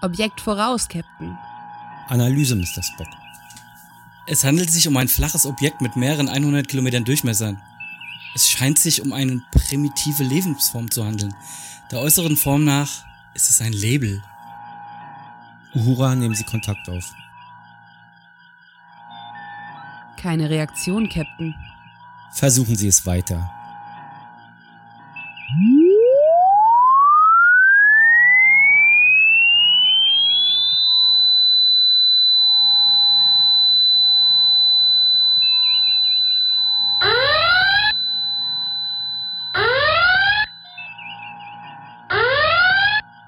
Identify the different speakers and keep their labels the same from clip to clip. Speaker 1: Objekt voraus, Captain.
Speaker 2: Analyse, Mr. Spock.
Speaker 3: Es handelt sich um ein flaches Objekt mit mehreren 100 Kilometern Durchmessern. Es scheint sich um eine primitive Lebensform zu handeln. Der äußeren Form nach ist es ein Label.
Speaker 2: Uhura, nehmen Sie Kontakt auf.
Speaker 1: Keine Reaktion, Captain.
Speaker 2: Versuchen Sie es weiter.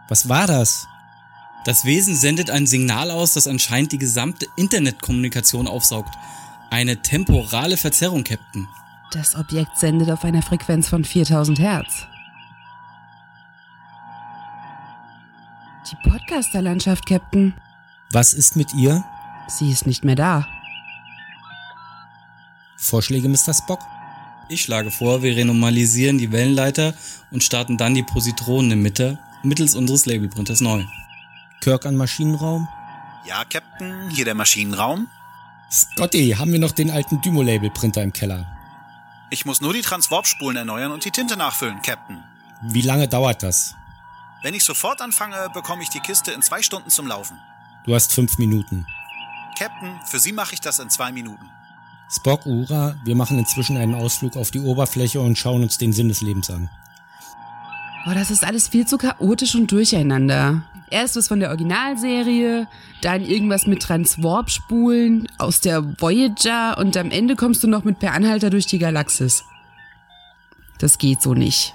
Speaker 2: Was war das?
Speaker 3: Das Wesen sendet ein Signal aus, das anscheinend die gesamte Internetkommunikation aufsaugt. Eine temporale Verzerrung, Captain.
Speaker 1: Das Objekt sendet auf einer Frequenz von 4000 Hertz. Die Podcasterlandschaft, Captain.
Speaker 2: Was ist mit ihr?
Speaker 1: Sie ist nicht mehr da.
Speaker 2: Vorschläge, Mr. Spock?
Speaker 3: Ich schlage vor, wir renormalisieren die Wellenleiter und starten dann die Positronen im Mitte mittels unseres Labelprinters neu.
Speaker 2: Kirk an Maschinenraum?
Speaker 4: Ja, Captain, hier der Maschinenraum.
Speaker 2: Scotty, haben wir noch den alten Dymo-Label-Printer im Keller?
Speaker 4: Ich muss nur die Transwarp-Spulen erneuern und die Tinte nachfüllen, Captain.
Speaker 2: Wie lange dauert das?
Speaker 4: Wenn ich sofort anfange, bekomme ich die Kiste in zwei Stunden zum Laufen.
Speaker 2: Du hast fünf Minuten.
Speaker 4: Captain, für Sie mache ich das in zwei Minuten.
Speaker 2: Spock, Uhura, wir machen inzwischen einen Ausflug auf die Oberfläche und schauen uns den Sinn des Lebens an.
Speaker 1: Oh, das ist alles viel zu chaotisch und durcheinander. Erst was von der Originalserie, dann irgendwas mit Transwarp-Spulen aus der Voyager und am Ende kommst du noch mit Per Anhalter durch die Galaxis. Das geht so nicht.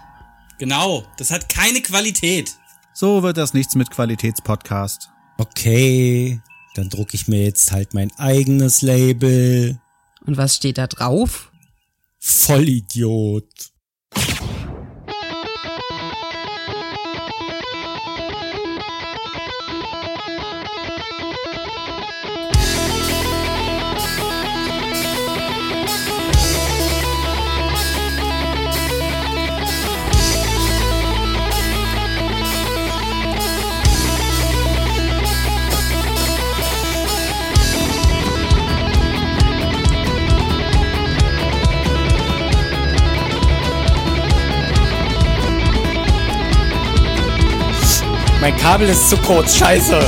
Speaker 3: Genau, das hat keine Qualität.
Speaker 4: So wird das nichts mit Qualitätspodcast.
Speaker 2: Okay, dann drucke ich mir jetzt halt mein eigenes Label.
Speaker 1: Und was steht da drauf?
Speaker 2: Vollidiot.
Speaker 5: Mein Kabel ist zu kurz, scheiße.
Speaker 6: Sonst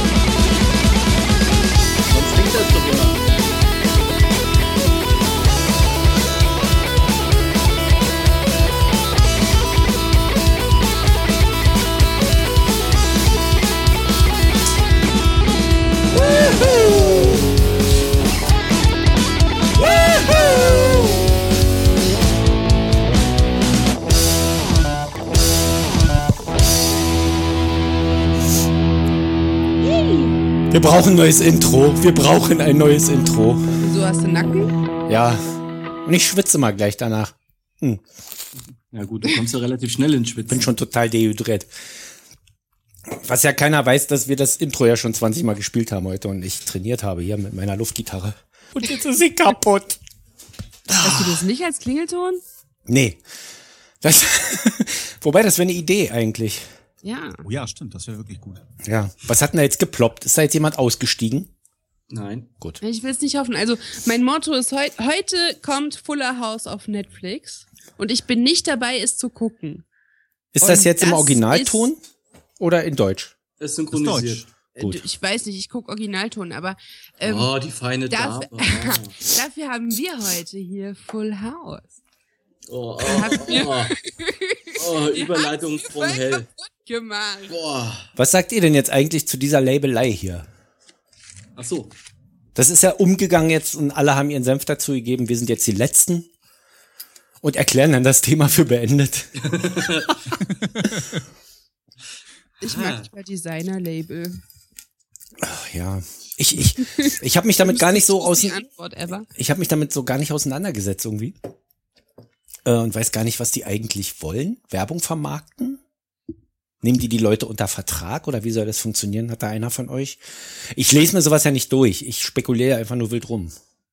Speaker 6: klingt das doch immer.
Speaker 2: Wir brauchen ein neues Intro. Wir brauchen ein neues Intro.
Speaker 1: So hast du Nacken?
Speaker 2: Ja. Und ich schwitze mal gleich danach. Hm.
Speaker 6: Na gut, du kommst ja relativ schnell ins Schwitzen.
Speaker 2: Bin schon total dehydriert. Was ja keiner weiß, dass wir das Intro ja schon 20 Mal gespielt haben heute und ich trainiert habe hier mit meiner Luftgitarre. Und jetzt ist sie kaputt.
Speaker 1: Hast du
Speaker 2: Ah.
Speaker 1: das nicht als Klingelton?
Speaker 2: Nee. Das, wobei, das wäre eine Idee eigentlich.
Speaker 1: Ja.
Speaker 7: Oh ja, stimmt, das wäre wirklich gut.
Speaker 2: Ja. Was hat denn da jetzt geploppt? Ist da jetzt jemand ausgestiegen?
Speaker 6: Nein.
Speaker 1: Ich will es nicht hoffen. Also, mein Motto ist heu heute kommt Fuller House auf Netflix und ich bin nicht dabei, es zu gucken.
Speaker 2: Ist das
Speaker 1: Und
Speaker 2: jetzt im
Speaker 1: das
Speaker 2: Originalton oder in Deutsch?
Speaker 6: Es synchronisiert.
Speaker 1: Äh,
Speaker 2: Gut.
Speaker 1: Ich weiß nicht, ich gucke Originalton, aber ähm,
Speaker 6: oh, die feine
Speaker 1: darf-
Speaker 6: Dame. Oh.
Speaker 1: dafür haben wir heute hier Full House.
Speaker 6: Oh, oh, oh, oh. oh Überleitung von hell.
Speaker 1: Gemacht.
Speaker 6: Boah.
Speaker 2: Was sagt ihr denn jetzt eigentlich zu dieser Labelei hier?
Speaker 6: Ach so.
Speaker 2: Das ist ja umgegangen jetzt und alle haben ihren Senf dazu gegeben. Wir sind jetzt die Letzten und erklären dann das Thema für beendet.
Speaker 1: Ich mag lieber Designer-Label.
Speaker 2: Ach ja, ich ich ich habe mich damit gar nicht so
Speaker 1: Das ist
Speaker 2: aus
Speaker 1: die Antwort ever.
Speaker 2: ich habe mich damit so gar nicht auseinandergesetzt irgendwie äh, und weiß gar nicht, was die eigentlich wollen. Werbung vermarkten? Nehmen die die Leute unter Vertrag oder wie soll das funktionieren? Hat da einer von euch? Ich lese mir sowas ja nicht durch. Ich spekuliere einfach nur wild rum.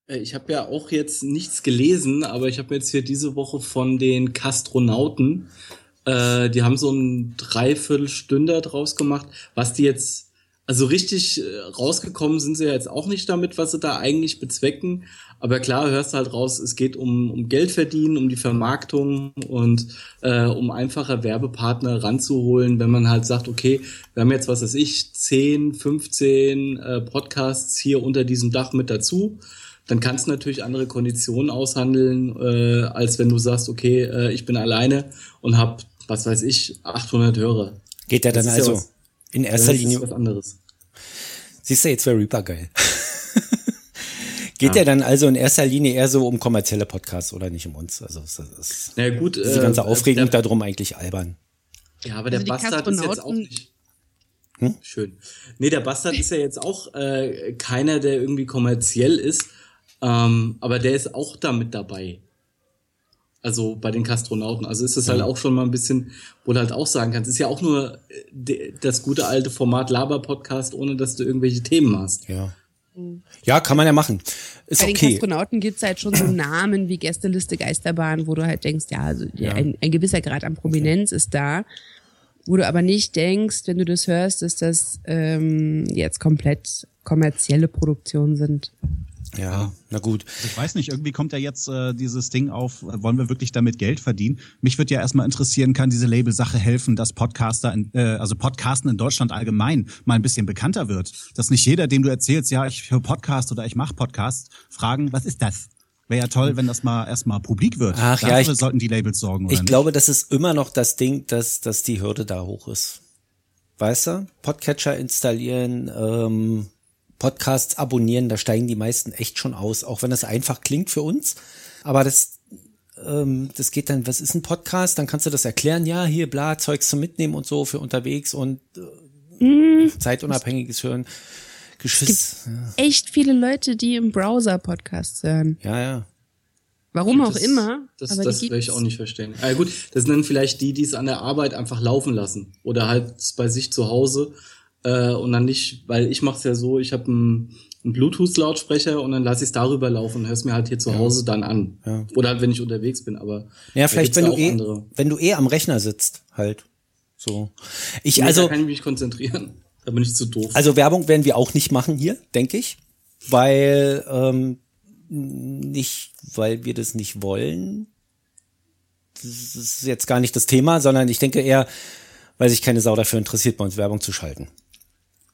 Speaker 6: Äh, Ich habe ja auch jetzt nichts gelesen, aber ich habe mir jetzt hier diese Woche von den Kastronauten, äh, die haben so einen Dreiviertelstünder draus gemacht, was die jetzt Also richtig äh, rausgekommen sind sie ja jetzt auch nicht damit, was sie da eigentlich bezwecken. Aber klar, hörst du halt raus, es geht um, um Geld verdienen, um die Vermarktung und äh, um einfacher Werbepartner ranzuholen, wenn man halt sagt, okay, wir haben jetzt, was weiß ich, 10, 15 äh, Podcasts hier unter diesem Dach mit dazu. Dann kannst du natürlich andere Konditionen aushandeln, äh, als wenn du sagst, okay, äh, ich bin alleine und hab, was weiß ich, 800 Hörer.
Speaker 2: Geht ja
Speaker 6: Das
Speaker 2: dann
Speaker 6: ist ja
Speaker 2: also
Speaker 6: was-
Speaker 2: in erster
Speaker 6: Das ist
Speaker 2: Linie
Speaker 6: was anderes.
Speaker 2: Siehst du, jetzt wäre Reaper geil. Geht ja. dann also in erster Linie eher so um kommerzielle Podcasts oder nicht um uns. Also es ist, es
Speaker 6: Na gut,
Speaker 2: ist die ganze
Speaker 6: äh,
Speaker 2: Aufregung
Speaker 6: der-
Speaker 2: darum eigentlich albern.
Speaker 6: Ja, aber
Speaker 1: Also die
Speaker 6: der Bastard ist jetzt auch
Speaker 1: Kastronauten-
Speaker 6: nicht. Hm? Schön. Nee, der Bastard ist ja jetzt auch äh, keiner, der irgendwie kommerziell ist, ähm, aber der ist auch damit dabei. Also bei den Kastronauten. Also ist das halt auch schon mal ein bisschen, wo du halt auch sagen kannst, ist ja auch nur äh, de- das gute alte Format Laber-Podcast, ohne dass du irgendwelche Themen hast.
Speaker 2: Ja. Ja, kann man ja machen. Ist
Speaker 1: Bei den
Speaker 2: okay.
Speaker 1: Kosmonauten gibt's halt schon so Namen wie Gästeliste Geisterbahn, wo du halt denkst, ja, also Ein, ein gewisser Grad an Prominenz ist da, wo du aber nicht denkst, wenn du das hörst, dass das ähm, jetzt komplett kommerzielle Produktionen sind.
Speaker 2: Ja, na gut.
Speaker 7: Ich weiß nicht, irgendwie kommt ja jetzt äh, dieses Ding auf, äh, wollen wir wirklich damit Geld verdienen? Mich würde ja erstmal interessieren, kann diese Labelsache helfen, dass Podcaster, in, äh, also Podcasten in Deutschland allgemein mal ein bisschen bekannter wird? Dass nicht jeder, dem du erzählst, ja, ich höre Podcast oder ich mache Podcast, fragen, was ist das? Wäre ja toll, wenn das mal erstmal publik wird.
Speaker 2: Ach ja,
Speaker 7: Dafür
Speaker 2: ich-
Speaker 7: sollten die Labels sorgen, oder
Speaker 2: Ich
Speaker 7: nicht?
Speaker 2: glaube, das ist immer noch das Ding, dass, dass die Hürde da hoch ist. Weißt du? Podcatcher installieren, ähm, Podcasts abonnieren, da steigen die meisten echt schon aus, auch wenn das einfach klingt für uns. Aber das, ähm, das geht dann, was ist ein Podcast? Dann kannst du das erklären, ja, hier bla, Zeugs zum Mitnehmen und so für unterwegs und äh, zeitunabhängiges Hören. Geschiss.
Speaker 1: Echt viele Leute, die im Browser Podcasts hören.
Speaker 2: Ja, ja.
Speaker 1: Warum auch
Speaker 6: Das-
Speaker 1: immer.
Speaker 6: Das,
Speaker 1: aber
Speaker 6: das
Speaker 1: die
Speaker 6: werde ich
Speaker 1: gibt's.
Speaker 6: auch nicht verstehen. Ah, gut, das sind dann vielleicht die, die es an der Arbeit einfach laufen lassen. Oder halt bei sich zu Hause äh, und dann nicht, weil ich mache es ja so, ich habe einen, einen Bluetooth-Lautsprecher und dann lasse ich es darüber laufen und höre es mir halt hier zu Hause dann an. Oder halt, wenn ich unterwegs bin, aber
Speaker 2: Ja,
Speaker 6: da
Speaker 2: vielleicht,
Speaker 6: gibt's
Speaker 2: wenn
Speaker 6: ja
Speaker 2: du,
Speaker 6: auch
Speaker 2: eh,
Speaker 6: andere.
Speaker 2: wenn du eh am Rechner sitzt, halt. So. Ich,
Speaker 6: Nee,
Speaker 2: also.
Speaker 6: da kann ich mich konzentrieren. Da bin ich zu doof.
Speaker 2: Also Werbung werden wir auch nicht machen hier, denke ich, weil ähm, nicht, weil wir das nicht wollen. Das ist jetzt gar nicht das Thema, sondern ich denke eher, weil sich keine Sau dafür interessiert, bei uns Werbung zu schalten.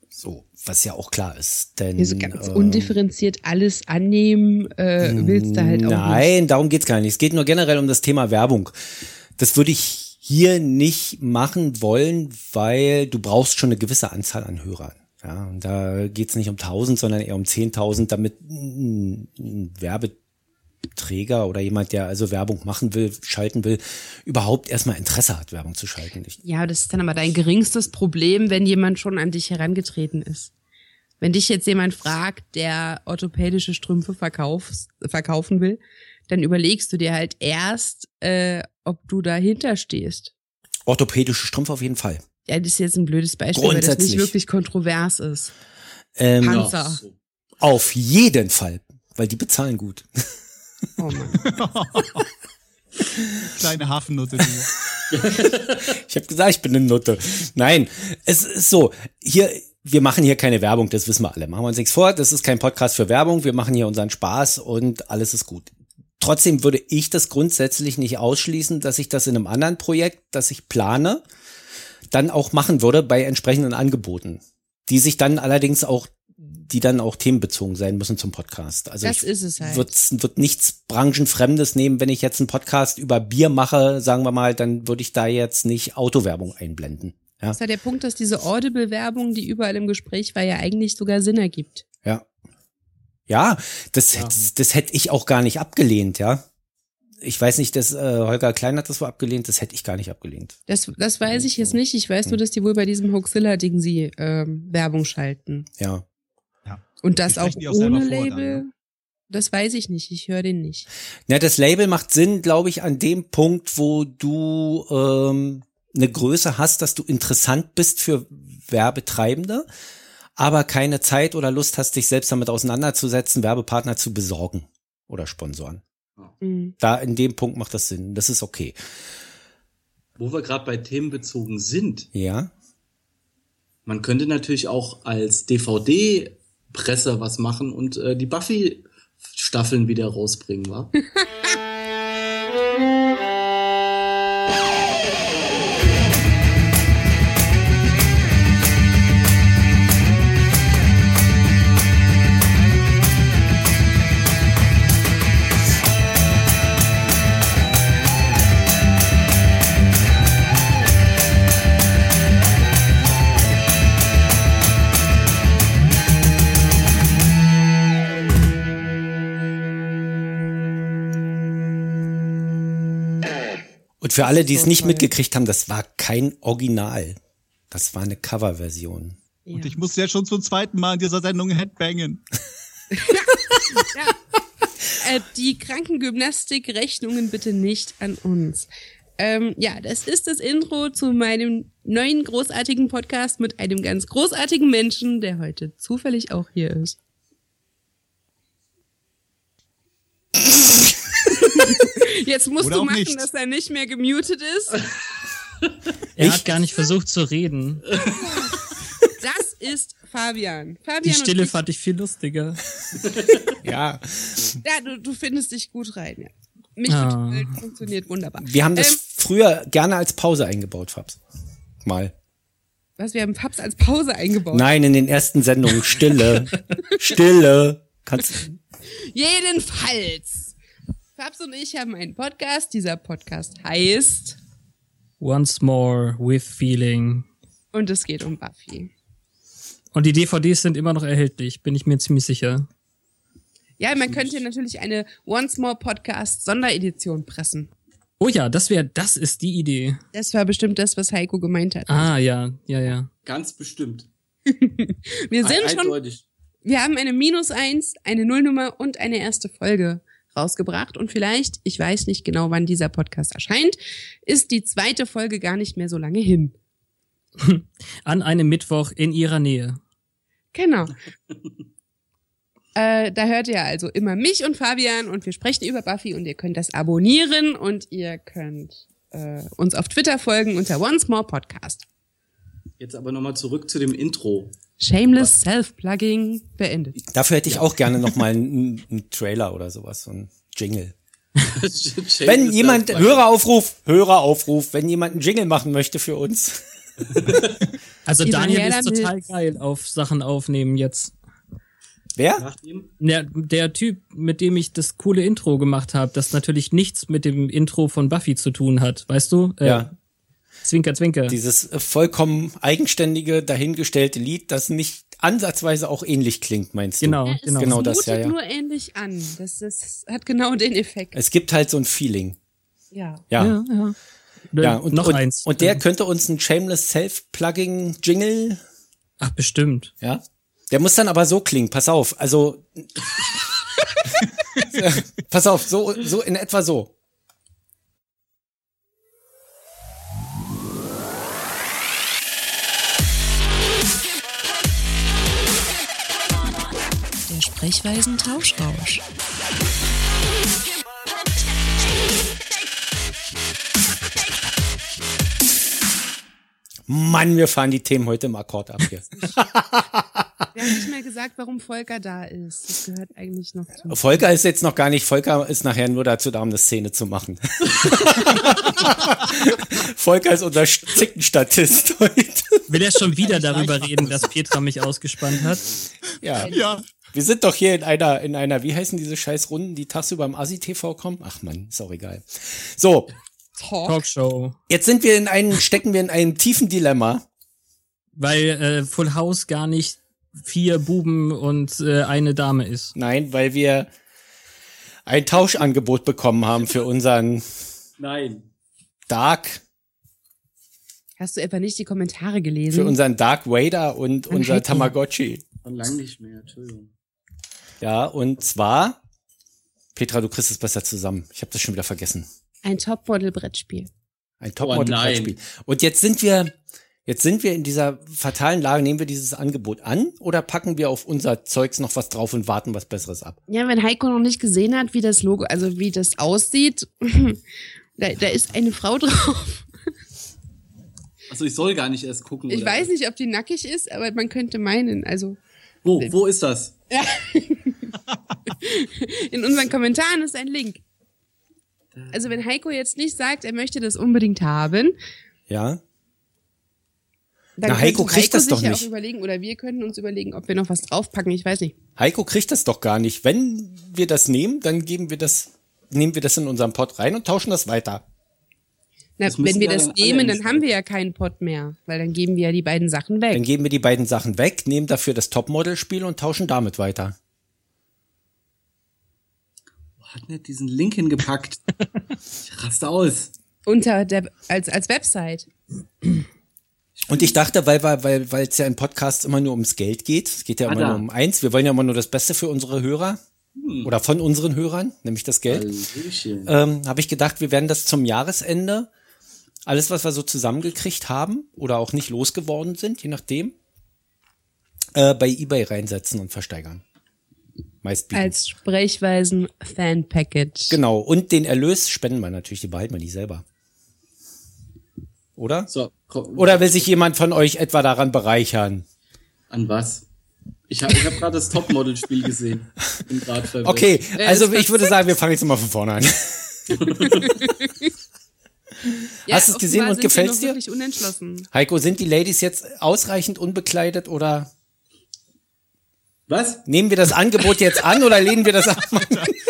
Speaker 2: So, was ja auch klar ist, denn
Speaker 1: Nee, so
Speaker 6: Mm,
Speaker 1: ganz
Speaker 2: ähm,
Speaker 1: undifferenziert alles annehmen, äh, willst du halt auch nicht.
Speaker 2: Nein, darum geht's gar nicht. Es geht nur generell um das Thema Werbung. Das würde ich hier nicht machen wollen, weil du brauchst schon eine gewisse Anzahl an Hörern. Ja, und da geht's nicht um 1000, sondern eher um 10.000, damit ein ein Werbeträger oder jemand, der also Werbung machen will, schalten will, überhaupt erstmal Interesse hat, Werbung zu schalten. Ich,
Speaker 1: Ja, das ist dann aber dein geringstes Problem, wenn jemand schon an dich herangetreten ist. Wenn dich jetzt jemand fragt, der orthopädische Strümpfe verkaufst, verkaufen will, dann überlegst du dir halt erst, äh, ob du dahinter stehst.
Speaker 2: orthopädische Strümpfe auf jeden Fall.
Speaker 1: Ja, das ist jetzt ein blödes Beispiel, weil das nicht
Speaker 2: Grundsätzlich.
Speaker 1: wirklich kontrovers ist.
Speaker 2: Ähm,
Speaker 1: Pan-
Speaker 6: Ja,
Speaker 1: Panzer.
Speaker 6: so.
Speaker 2: Auf jeden Fall, weil die bezahlen gut.
Speaker 1: Oh Mann.
Speaker 7: Kleine Hafennote. die-
Speaker 2: Ich habe gesagt, ich bin eine Nutte. Nein, es ist so, hier, wir machen hier keine Werbung, das wissen wir alle. Machen wir uns nichts vor, das ist kein Podcast für Werbung, wir machen hier unseren Spaß und alles ist gut. Trotzdem würde ich das grundsätzlich nicht ausschließen, dass ich das in einem anderen Projekt, das ich plane, dann auch machen würde bei entsprechenden Angeboten, die sich dann allerdings auch, die dann auch themenbezogen sein müssen zum Podcast. Also
Speaker 1: Das
Speaker 2: ich
Speaker 1: ist es halt.
Speaker 2: Wird, wird nichts Branchenfremdes nehmen, wenn ich jetzt einen Podcast über Bier mache, sagen wir mal, dann würde ich da jetzt nicht Autowerbung einblenden. Ja,
Speaker 1: Das ist ja der Punkt, dass diese Audible-Werbung, die überall im Gespräch war, ja eigentlich sogar Sinn ergibt.
Speaker 2: ja. ja, das, hätt- das hätte ich auch gar nicht abgelehnt, ja. Ich weiß nicht, dass äh, Holger Klein hat das wohl abgelehnt, das hätte ich gar nicht abgelehnt.
Speaker 1: Das, das weiß ich jetzt nicht. Ich weiß nur, dass die wohl bei diesem Hoaxilla-Ding sie ähm, Werbung schalten.
Speaker 2: Ja.
Speaker 1: Und das auch
Speaker 7: sprechen die auch selber
Speaker 1: ohne
Speaker 7: vor dann,
Speaker 1: Label?
Speaker 7: ne?
Speaker 1: Das weiß ich nicht, ich höre den nicht.
Speaker 2: Na, das Label macht Sinn, glaube ich, an dem Punkt, wo du ähm, eine Größe hast, dass du interessant bist für Werbetreibende, aber keine Zeit oder Lust hast, dich selbst damit auseinanderzusetzen, Werbepartner zu besorgen oder Sponsoren.
Speaker 8: Hm.
Speaker 1: Mhm.
Speaker 2: Da in dem Punkt macht das Sinn. Das ist okay.
Speaker 6: Wo wir gerade bei Themenbezogen sind,
Speaker 2: Ja.
Speaker 6: Man könnte natürlich auch als DVD-Presse was machen und äh, die Buffy-Staffeln wieder rausbringen, wa?
Speaker 2: Und für alle, die es nicht mitgekriegt haben, das war kein Original. Das war eine Coverversion.
Speaker 7: Und ich muss ja schon zum zweiten Mal in dieser Sendung headbangen.
Speaker 1: Äh, die Krankengymnastik-Rechnungen bitte nicht an uns. Ähm, ja, das ist das Intro zu meinem neuen großartigen Podcast mit einem ganz großartigen Menschen, der heute zufällig auch hier ist. Jetzt musst
Speaker 7: Oder
Speaker 1: du
Speaker 7: auch
Speaker 1: machen,
Speaker 7: nicht.
Speaker 1: dass er nicht mehr gemutet ist.
Speaker 8: Er hat gar nicht versucht zu reden.
Speaker 2: Äh,
Speaker 1: Das ist Fabian. Fabian
Speaker 8: Die
Speaker 1: und
Speaker 8: Stille
Speaker 1: ich-
Speaker 8: fand ich viel lustiger.
Speaker 2: Ja.
Speaker 1: Ja, du, du findest dich gut rein. Ja. Mich
Speaker 8: Ah.
Speaker 1: total, funktioniert wunderbar.
Speaker 2: Wir haben das
Speaker 1: Ähm,
Speaker 2: früher gerne als Pause eingebaut, Fabs. Mal.
Speaker 1: was, wir haben Paps als Pause eingebaut.
Speaker 2: Nein, in den ersten Sendungen. Stille. Stille. Kannst,
Speaker 1: Jedenfalls. Fabs und ich haben einen Podcast. Dieser Podcast heißt
Speaker 8: Once more with feeling.
Speaker 1: und es geht um Buffy.
Speaker 8: Und die DVDs sind immer noch erhältlich, bin ich mir ziemlich sicher.
Speaker 1: Ja, man könnte natürlich eine Once More Podcast Sonderedition pressen.
Speaker 8: Oh ja, das wäre, das ist die Idee.
Speaker 1: Das war bestimmt das, was Heiko gemeint hat.
Speaker 8: Ah, ja, ja, ja.
Speaker 6: Ganz bestimmt.
Speaker 1: Wir sind schon,
Speaker 6: Eindeutig.
Speaker 1: wir haben eine Minus eins, eine Nullnummer und eine erste Folge rausgebracht und vielleicht, ich weiß nicht genau, wann dieser Podcast erscheint, ist die zweite Folge gar nicht mehr so lange hin.
Speaker 8: An einem Mittwoch in ihrer Nähe.
Speaker 1: Genau. äh, da hört ihr also immer mich und Fabian und wir sprechen über Buffy und ihr könnt das abonnieren und ihr könnt äh, uns auf Twitter folgen unter Once More Podcast.
Speaker 6: Jetzt aber nochmal zurück zu dem Intro.
Speaker 1: Shameless Self-Plugging beendet.
Speaker 2: dafür hätte ich auch gerne nochmal einen, einen Trailer oder sowas, so einen Jingle. Wenn
Speaker 6: Wenn
Speaker 2: jemand, Höreraufruf, Höreraufruf, wenn jemand einen Jingle machen möchte für uns.
Speaker 8: Also
Speaker 1: Ivan
Speaker 8: Daniel
Speaker 1: Gerland
Speaker 8: ist total
Speaker 1: ist-
Speaker 8: geil auf Sachen aufnehmen jetzt.
Speaker 2: Wer?
Speaker 6: Nach dem
Speaker 8: Der, der Typ, mit dem ich das coole Intro gemacht habe, das natürlich nichts mit dem Intro von Buffy zu tun hat, weißt du? Äh,
Speaker 2: Ja.
Speaker 8: Zwinker, Zwinker.
Speaker 2: Dieses äh, vollkommen eigenständige, dahingestellte Lied, das nicht ansatzweise auch ähnlich klingt, meinst du?
Speaker 8: Genau, genau.
Speaker 2: genau
Speaker 1: es
Speaker 2: das,
Speaker 1: mutet
Speaker 2: ja, ja.
Speaker 1: nur ähnlich an. Das, das hat genau den Effekt.
Speaker 2: Es gibt halt so ein Feeling.
Speaker 1: ja.
Speaker 2: Ja.
Speaker 8: ja, ja.
Speaker 2: Ja, und,
Speaker 8: noch
Speaker 2: und,
Speaker 8: eins. Mhm.
Speaker 2: Und der könnte uns einen Shameless Self-Plugging-Jingle,
Speaker 8: Ach, bestimmt.
Speaker 2: ja. Der muss dann aber so klingen, pass auf, also. pass auf, so, so, in etwa so.
Speaker 1: Der Sprechweisen Tauschrausch.
Speaker 2: Mann, wir fahren die Themen heute im Akkord ab hier.
Speaker 1: Wir haben nicht mehr gesagt, warum Volker da ist. Das gehört eigentlich noch zu.
Speaker 2: Volker ist jetzt noch gar nicht, Volker ist nachher nur dazu da, um eine Szene zu machen. Volker ist unser Zickenstatist heute.
Speaker 8: Will er schon wieder darüber reden, dass Petra mich ausgespannt hat?
Speaker 2: Ja.
Speaker 7: Ja.
Speaker 2: Wir sind doch hier in einer, in einer, wie heißen diese scheiß Runden, die tagsüber im Asi-TV kommen? Ach man, ist auch egal. So,
Speaker 1: Talk.
Speaker 8: Talkshow.
Speaker 2: jetzt sind wir in einem, stecken wir in einem tiefen Dilemma.
Speaker 8: Weil äh, Full House gar nicht vier Buben und äh, eine Dame ist.
Speaker 2: Nein, weil wir ein Tauschangebot bekommen haben für unseren
Speaker 6: Nein.
Speaker 2: Dark,
Speaker 1: Hast du etwa nicht die Kommentare gelesen?
Speaker 2: für unseren Dark Vader und
Speaker 1: Mhm. Ein
Speaker 2: unser
Speaker 1: Happy.
Speaker 2: Tamagotchi.
Speaker 6: Schon lang nicht mehr, Entschuldigung.
Speaker 2: Ja, und zwar, Petra, du kriegst es besser zusammen. Ich habe das schon wieder vergessen.
Speaker 1: Ein Topmodel-Brettspiel.
Speaker 2: Ein
Speaker 6: Oh nein.
Speaker 2: Topmodel-Brettspiel. und jetzt sind wir, jetzt sind wir in dieser fatalen Lage. Nehmen wir dieses Angebot an oder packen wir auf unser Zeugs noch was drauf und warten was Besseres ab?
Speaker 1: Ja, wenn Heiko noch nicht gesehen hat, wie das Logo, also wie das aussieht, da, da ist eine Frau drauf.
Speaker 6: Also ich soll gar nicht erst gucken.
Speaker 1: Ich
Speaker 6: oder?
Speaker 1: weiß nicht, ob die nackig ist, aber man könnte meinen. Also
Speaker 6: Wo, wo ist das?
Speaker 1: in unseren Kommentaren ist ein Link. Also wenn Heiko jetzt nicht sagt, er möchte das unbedingt haben,
Speaker 2: Ja?
Speaker 1: dann
Speaker 2: Na, Heiko
Speaker 1: könnte
Speaker 2: kriegt das
Speaker 1: sich
Speaker 2: doch
Speaker 1: ja
Speaker 2: nicht.
Speaker 1: auch überlegen oder wir könnten uns überlegen, ob wir noch was draufpacken. Ich weiß nicht.
Speaker 2: Heiko kriegt das doch gar nicht. Wenn wir das nehmen, dann geben wir das, nehmen wir das in unseren Pod rein und tauschen das weiter.
Speaker 1: Na,
Speaker 6: Das müssen
Speaker 1: wenn wir
Speaker 6: ja
Speaker 1: das
Speaker 6: dann alle
Speaker 1: nehmen, dann
Speaker 6: entscheiden.
Speaker 1: haben wir ja keinen Pott mehr, weil dann geben wir ja die beiden Sachen
Speaker 2: Dann
Speaker 1: weg.
Speaker 2: geben wir die beiden Sachen weg, nehmen dafür das Topmodel-Spiel und tauschen damit weiter.
Speaker 6: Wo hat denn diesen Link hingepackt? ich raste aus.
Speaker 1: Unter der als als Website.
Speaker 2: Und ich dachte, weil weil weil weil es ja im Podcast immer nur ums Geld geht, es geht ja
Speaker 6: Ah,
Speaker 2: immer
Speaker 6: da.
Speaker 2: nur um eins. Wir wollen ja immer nur das Beste für unsere Hörer oder von unseren Hörern, nämlich das Geld.
Speaker 6: Also. Hallöchen.
Speaker 2: ähm, habe ich gedacht, wir werden das zum Jahresende, alles, was wir so zusammengekriegt haben oder auch nicht losgeworden sind, je nachdem, äh, bei Ebay reinsetzen und versteigern. Meist bieten.
Speaker 1: Als Sprechweisen Fan Package.
Speaker 2: genau. Und den Erlös spenden wir natürlich, die behalten wir nicht selber. Oder?
Speaker 6: So, komm,
Speaker 2: Oder will sich jemand von euch etwa daran bereichern?
Speaker 6: An was? Ich habe ich hab gerade das Topmodel-Spiel gesehen. Bin grad verwirrt.
Speaker 2: Okay, also ich würde sagen, wir fangen jetzt mal von vorne an.
Speaker 1: Ja,
Speaker 2: Hast du es gesehen
Speaker 1: offenbar
Speaker 2: und
Speaker 1: sind wir
Speaker 2: gefällt's
Speaker 1: noch
Speaker 2: dir?
Speaker 1: Wirklich unentschlossen.
Speaker 2: Heiko, sind die Ladies jetzt ausreichend unbekleidet oder
Speaker 6: Was?
Speaker 2: nehmen wir das Angebot jetzt an oder lehnen wir das ab?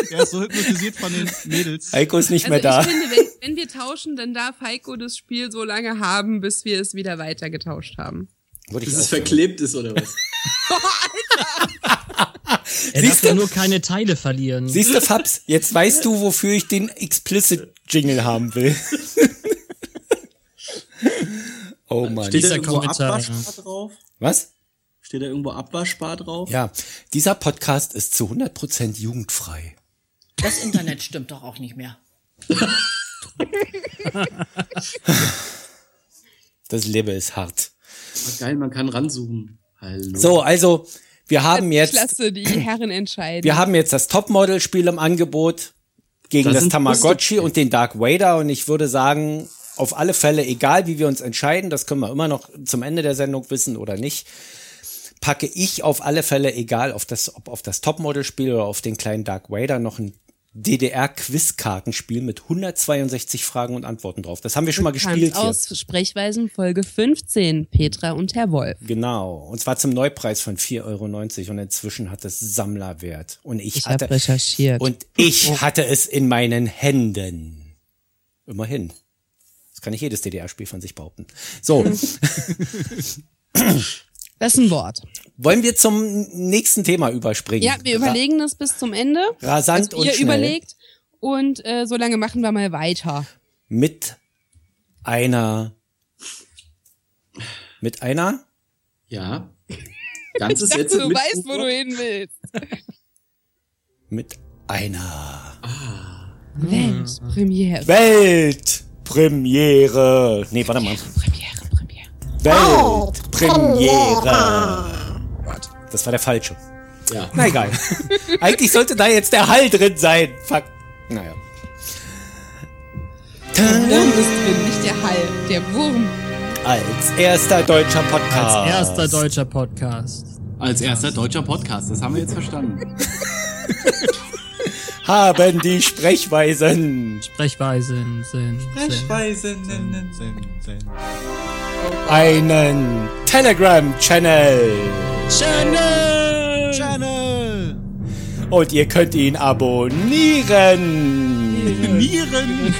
Speaker 7: Er ist so hypnotisiert von den Mädels.
Speaker 2: Heiko ist nicht
Speaker 1: Also
Speaker 2: mehr
Speaker 1: ich
Speaker 2: da.
Speaker 1: finde, wenn, wenn wir tauschen, dann darf Heiko das Spiel so lange haben, bis wir es wieder weiter getauscht haben.
Speaker 2: Würde ich
Speaker 6: Bis es
Speaker 2: auch sagen.
Speaker 6: verklebt ist oder was?
Speaker 8: Er
Speaker 2: Siehst
Speaker 8: darf
Speaker 2: du?
Speaker 8: ja nur keine Teile verlieren.
Speaker 2: Siehst du, Fabs, jetzt weißt du, wofür ich den Explicit-Jingle haben will. oh Mann.
Speaker 6: Steht da
Speaker 8: Dieser
Speaker 6: irgendwo
Speaker 8: Kommentar,
Speaker 6: Abwaschbar drauf?
Speaker 2: Was?
Speaker 6: Steht da irgendwo Abwaschbar drauf?
Speaker 2: Ja, dieser Podcast ist zu 100% jugendfrei.
Speaker 9: Das Internet stimmt doch auch nicht mehr.
Speaker 2: Das Leben ist hart.
Speaker 6: Ah, Geil, man kann ranzoomen. Hallo.
Speaker 2: So, also, wir haben jetzt,
Speaker 1: Klasse, die Herren entscheiden.
Speaker 2: wir haben jetzt das Topmodel-Spiel im Angebot gegen
Speaker 6: Da
Speaker 2: das
Speaker 6: sind
Speaker 2: Tamagotchi und den Dark Vader und ich würde sagen, auf alle Fälle, egal wie wir uns entscheiden, das können wir immer noch zum Ende der Sendung wissen oder nicht, packe ich auf alle Fälle, egal auf das, ob auf das Topmodel-Spiel oder auf den kleinen Dark Vader, noch ein DDR-Quiz-Kartenspiel mit 162 Fragen und Antworten drauf. Das haben wir schon mal gespielt hier.
Speaker 1: aus Sprechweisen Folge 15, Petra und Herr Wolf.
Speaker 2: Genau. Und zwar zum Neupreis von 4,90 Euro und inzwischen hat es Sammlerwert. Und ich,
Speaker 1: Ich
Speaker 2: hatte,
Speaker 1: habe recherchiert. Oh.
Speaker 2: und ich hatte es in meinen Händen. Immerhin. Das kann nicht jedes DDR-Spiel von sich behaupten. So,
Speaker 1: das ist ein Wort.
Speaker 2: wollen wir zum nächsten Thema überspringen?
Speaker 1: Ja, wir überlegen das bis zum Ende.
Speaker 2: Ra rasant
Speaker 1: also
Speaker 2: und
Speaker 1: ihr
Speaker 2: schnell.
Speaker 1: überlegt und äh, so lange machen wir mal weiter.
Speaker 2: Mit einer. Mit einer?
Speaker 6: Ja. Ganzes
Speaker 1: Ich dachte,
Speaker 6: Sätze
Speaker 1: du
Speaker 6: mit
Speaker 1: weißt, wo du hin willst.
Speaker 2: Mit einer.
Speaker 1: Weltpremiere.
Speaker 2: Weltpremiere. Nee, warte mal.
Speaker 1: Premiere, Premiere.
Speaker 2: Weltpremiere. Das war der falsche.
Speaker 6: Ja.
Speaker 2: Na egal. Eigentlich sollte da jetzt der Hall drin sein. Fuck. Naja.
Speaker 1: Wurm ist drin, nicht der Hall, der Wurm.
Speaker 2: Als erster deutscher Podcast.
Speaker 8: Als erster deutscher Podcast.
Speaker 6: Als erster deutscher Podcast, das haben wir jetzt verstanden.
Speaker 2: Haben die Sprechweisen
Speaker 8: Sprechweisen sind. sind.
Speaker 7: Zen, zen.
Speaker 2: einen Telegram-Channel.
Speaker 7: Channel!
Speaker 2: Und ihr könnt ihn abonnieren.
Speaker 7: Nieren!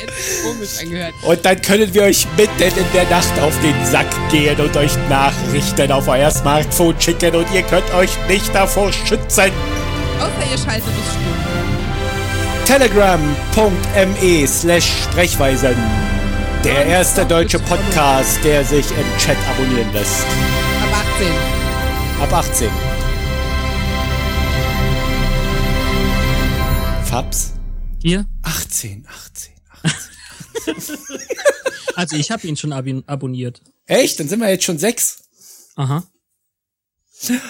Speaker 1: Jetzt komisch angehört.
Speaker 2: Und dann können wir euch mitten in der Nacht auf den Sack gehen und euch Nachrichten auf euer Smartphone schicken und ihr könnt euch nicht davor schützen.
Speaker 1: Außer ihr schaltet es stumm.
Speaker 2: Telegram.me slash Sprechweisen. Der erste deutsche Podcast, der sich im Chat abonnieren lässt.
Speaker 1: Ab 18.
Speaker 2: Ab 18. Fabs?
Speaker 8: Hier?
Speaker 2: 18, 18, 18.
Speaker 8: Also ich habe ihn schon abon- abonniert.
Speaker 2: Echt? Dann sind wir jetzt schon sechs?
Speaker 8: Aha.
Speaker 1: Ja,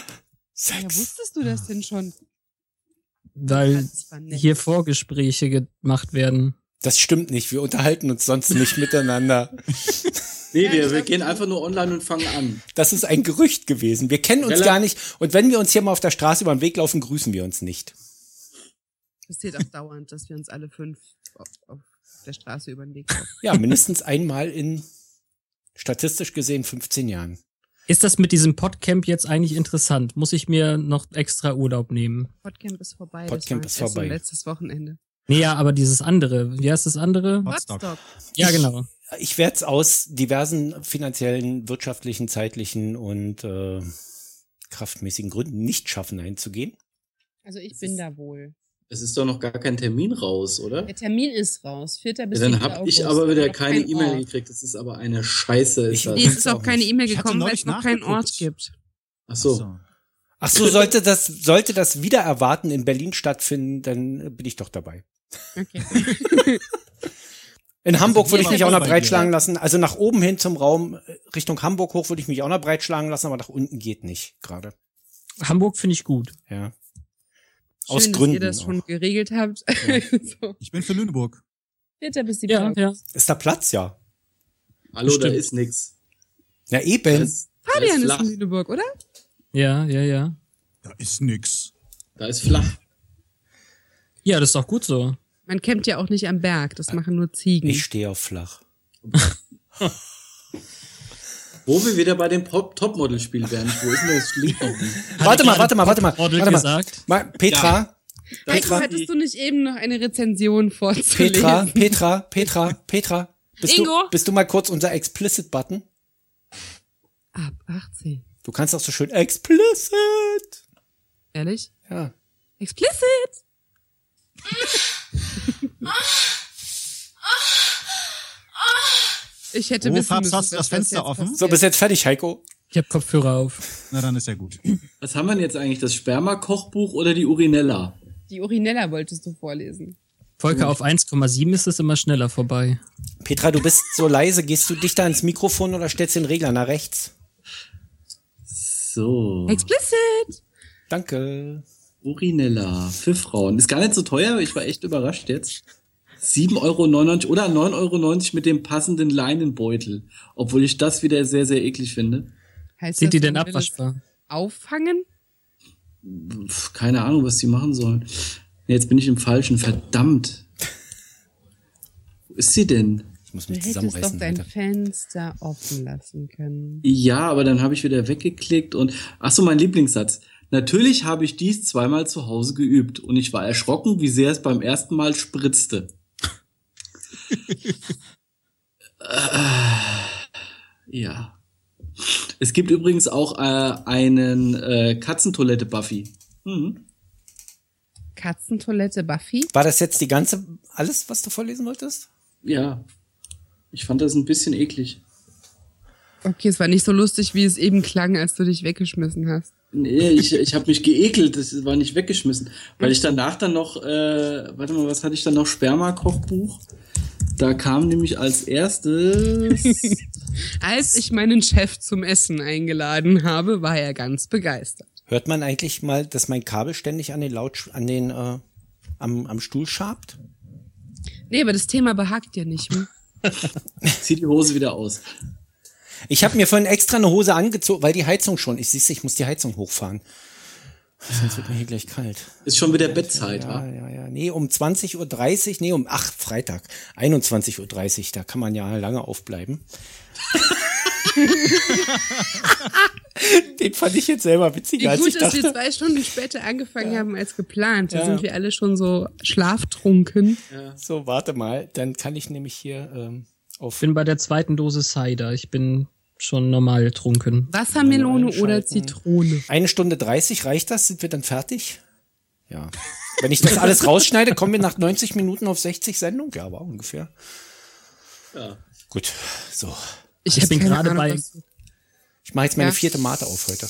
Speaker 2: Sechs.
Speaker 1: wusstest du das denn schon?
Speaker 8: Weil
Speaker 6: Äh,
Speaker 1: Das war nett.
Speaker 8: hier Vorgespräche gemacht werden.
Speaker 2: Das stimmt nicht. Wir unterhalten uns sonst nicht miteinander.
Speaker 6: Nee, wir, wir gehen einfach nur online und fangen an.
Speaker 2: Das ist ein Gerücht gewesen. Wir kennen uns
Speaker 6: Rela-
Speaker 2: gar nicht. Und wenn wir uns hier mal auf der Straße über den Weg laufen, grüßen wir uns nicht.
Speaker 1: Passiert auch dauernd, dass wir uns alle fünf auf, auf der Straße über den Weg laufen.
Speaker 2: Ja, mindestens einmal in statistisch gesehen 15 Jahren.
Speaker 8: Ist das mit diesem Podcamp jetzt eigentlich interessant? Muss ich mir noch extra Urlaub nehmen?
Speaker 1: Podcamp ist vorbei.
Speaker 2: Podcamp
Speaker 1: das
Speaker 2: ist
Speaker 1: war erst so
Speaker 2: vorbei.
Speaker 1: letztes Wochenende.
Speaker 8: Nee, ja, aber dieses andere. Wie heißt das andere?
Speaker 7: Potsdok.
Speaker 8: Ja, genau.
Speaker 2: Ich werde es aus diversen finanziellen, wirtschaftlichen, zeitlichen und äh, kraftmäßigen Gründen nicht schaffen, einzugehen.
Speaker 1: Also ich bin da wohl.
Speaker 6: Es ist doch noch gar kein Termin raus, oder?
Speaker 1: Der Termin ist raus. 4. bis
Speaker 6: Ja, dann
Speaker 1: 7.
Speaker 6: habe
Speaker 1: August.
Speaker 6: ich aber wieder
Speaker 1: Noch
Speaker 6: keine
Speaker 1: kein
Speaker 6: E-Mail
Speaker 1: Ort.
Speaker 6: gekriegt. Das ist aber eine Scheiße. Ist
Speaker 2: Ich-
Speaker 6: das.
Speaker 1: Nee, es ist auch
Speaker 2: Auch
Speaker 1: keine
Speaker 2: nicht.
Speaker 1: E-Mail
Speaker 7: Ich hatte
Speaker 1: gekommen, weil
Speaker 7: neulich
Speaker 1: es noch keinen
Speaker 7: nachgeguckt.
Speaker 1: Ort gibt.
Speaker 6: Ach
Speaker 7: Ach
Speaker 6: so.
Speaker 7: so.
Speaker 2: Ach so, sollte das, sollte das wieder erwarten in Berlin stattfinden, dann äh, bin ich doch dabei.
Speaker 1: Okay.
Speaker 2: In Hamburg
Speaker 7: Also wir
Speaker 2: würde ich
Speaker 7: waren
Speaker 2: mich auch
Speaker 7: auch
Speaker 2: noch
Speaker 7: bei
Speaker 2: breitschlagen lassen. Also nach oben hin zum Raum äh, Richtung Hamburg hoch würde ich mich auch noch breitschlagen lassen, aber nach unten geht nicht gerade.
Speaker 8: Hamburg finde ich gut.
Speaker 1: Schön,
Speaker 2: Ja. Aus
Speaker 1: dass ihr
Speaker 2: Gründen
Speaker 1: das schon
Speaker 2: auch.
Speaker 1: geregelt habt. so.
Speaker 7: Ich bin für Lüneburg.
Speaker 1: 4. bis 7.
Speaker 8: Ja,
Speaker 1: August.
Speaker 8: ja.
Speaker 2: Ist da Platz, ja.
Speaker 6: Hallo, da
Speaker 8: Stimmt.
Speaker 6: ist nix.
Speaker 2: Ja,
Speaker 6: Da
Speaker 2: eben.
Speaker 6: ist, da ist
Speaker 1: Fabian ist
Speaker 6: flach.
Speaker 1: in Lüneburg, oder?
Speaker 8: Ja, ja, ja.
Speaker 7: Da ist nix.
Speaker 6: Da ist flach.
Speaker 8: Ja, das ist auch gut so.
Speaker 1: Man campt ja auch nicht am Berg, das machen nur Ziegen.
Speaker 2: Ich stehe auf flach.
Speaker 6: Wo wir wieder bei dem Pop- Topmodel-Spiel werden. Wo ist denn das Link noch?
Speaker 2: Warte mal,
Speaker 8: gerade
Speaker 2: warte mal, warte mal,
Speaker 8: Roddel
Speaker 2: warte mal.
Speaker 8: gesagt?
Speaker 2: mal. Petra,
Speaker 1: Heiko,
Speaker 2: Petra,
Speaker 1: hattest du nicht eben noch eine Rezension vorzulesen?
Speaker 2: Petra, Petra, Petra, Petra. Bist
Speaker 1: Ingo?
Speaker 2: du, bist du mal kurz unser Explicit-Button?
Speaker 1: Ab 18.
Speaker 2: Du kannst auch so schön Explicit.
Speaker 1: Ehrlich?
Speaker 2: Ja.
Speaker 1: Explicit! ich hätte
Speaker 7: Oh,
Speaker 1: wissen
Speaker 7: Fabs,
Speaker 1: müssen,
Speaker 7: hast du
Speaker 1: was
Speaker 7: das Fenster
Speaker 1: jetzt
Speaker 7: offen?
Speaker 1: passiert.
Speaker 2: So, bist jetzt fertig, Heiko.
Speaker 8: Ich habe Kopfhörer auf.
Speaker 7: Na, dann ist ja gut.
Speaker 6: Was haben wir denn jetzt eigentlich? Das Sperma-Kochbuch oder die Urinella?
Speaker 1: Die Urinella wolltest du vorlesen.
Speaker 8: Volker, auf 1,7 ist es immer schneller vorbei.
Speaker 2: Petra, du bist so leise. Gehst du dichter ans Mikrofon oder stellst den Regler nach rechts?
Speaker 7: Hm.
Speaker 6: So.
Speaker 1: Explicit!
Speaker 2: Danke.
Speaker 6: Urinella für Frauen. Ist gar nicht so teuer, aber ich war echt überrascht jetzt. 7,99 Euro oder 9,90 Euro mit dem passenden Leinenbeutel. Obwohl ich das wieder sehr, sehr eklig finde.
Speaker 1: Heißt
Speaker 8: Sind die
Speaker 1: das,
Speaker 8: denn
Speaker 1: man will es
Speaker 8: abwaschbar?
Speaker 1: Auffangen?
Speaker 6: Pff, keine Ahnung, was die machen sollen. Nee, jetzt bin ich im Falschen. Verdammt. Wo ist sie denn?
Speaker 2: Ich muss
Speaker 1: Du
Speaker 2: mich
Speaker 1: hättest doch
Speaker 2: zusammenreißen.
Speaker 1: dein
Speaker 2: Alter.
Speaker 1: Fenster offen lassen können.
Speaker 6: Ja, aber dann habe ich wieder weggeklickt und ach so, mein Lieblingssatz. Natürlich habe ich dies zweimal zu Hause geübt und ich war erschrocken, wie sehr es beim ersten Mal spritzte. äh, ja. Es gibt übrigens auch äh, einen äh, Katzentoilette Buffy. Mhm.
Speaker 1: Katzentoilette Buffy?
Speaker 2: War das jetzt die ganze, alles, was du vorlesen wolltest?
Speaker 6: Ja. Ich fand das ein bisschen eklig.
Speaker 1: Okay, es war nicht so lustig, wie es eben klang, als du dich weggeschmissen hast.
Speaker 6: Nee, ich, ich habe mich geekelt, das war nicht weggeschmissen. Weil ich danach dann noch, äh, warte mal, was hatte ich dann noch? Sperma-Kochbuch. Da kam nämlich als erstes.
Speaker 1: Als ich meinen Chef zum Essen eingeladen habe, war er ganz begeistert.
Speaker 2: Hört man eigentlich mal, dass mein Kabel ständig an den Laut, an den, äh, am, am Stuhl schabt?
Speaker 1: Nee, aber das Thema behagt dir nicht. Hm?
Speaker 6: Zieh die Hose wieder aus.
Speaker 2: Ich habe mir vorhin extra eine Hose angezogen, weil die Heizung schon. Ich siehst, du, ich muss die Heizung hochfahren. Sonst wird mir hier gleich kalt.
Speaker 6: Ist schon wieder Bettzeit,
Speaker 2: Ja,
Speaker 6: wa?
Speaker 2: ja, ja. Nee, um 20.30 Uhr, nee, um, ach, Freitag, 21.30 Uhr, da kann man ja lange aufbleiben. Den fand ich jetzt selber
Speaker 1: Wie
Speaker 2: witziger, als
Speaker 1: gut,
Speaker 2: ich
Speaker 1: dass wir
Speaker 2: dachte.
Speaker 1: zwei Stunden später angefangen haben als geplant. Da
Speaker 2: Ja.
Speaker 1: sind wir alle schon so schlaftrunken.
Speaker 2: So, warte mal, dann kann ich nämlich hier ähm,
Speaker 8: Ich
Speaker 2: auf
Speaker 8: bin bei der zweiten Dose Cider. Ich bin schon normal getrunken.
Speaker 1: Wassermelone
Speaker 2: Einschalten.
Speaker 1: oder Zitrone.
Speaker 2: eine Stunde 30, reicht das? Sind wir dann fertig? Ja. Wenn ich das alles rausschneide, kommen wir nach 90 Minuten auf 60 Sendung? Ja, aber ungefähr.
Speaker 6: Ja.
Speaker 2: Gut, so.
Speaker 1: Ich,
Speaker 8: Ich
Speaker 1: hab
Speaker 8: bin
Speaker 1: keine
Speaker 8: gerade
Speaker 1: Ahnung,
Speaker 8: bei-
Speaker 1: was du-
Speaker 2: Ich mache jetzt meine
Speaker 1: Ja.
Speaker 2: vierte Mate auf heute.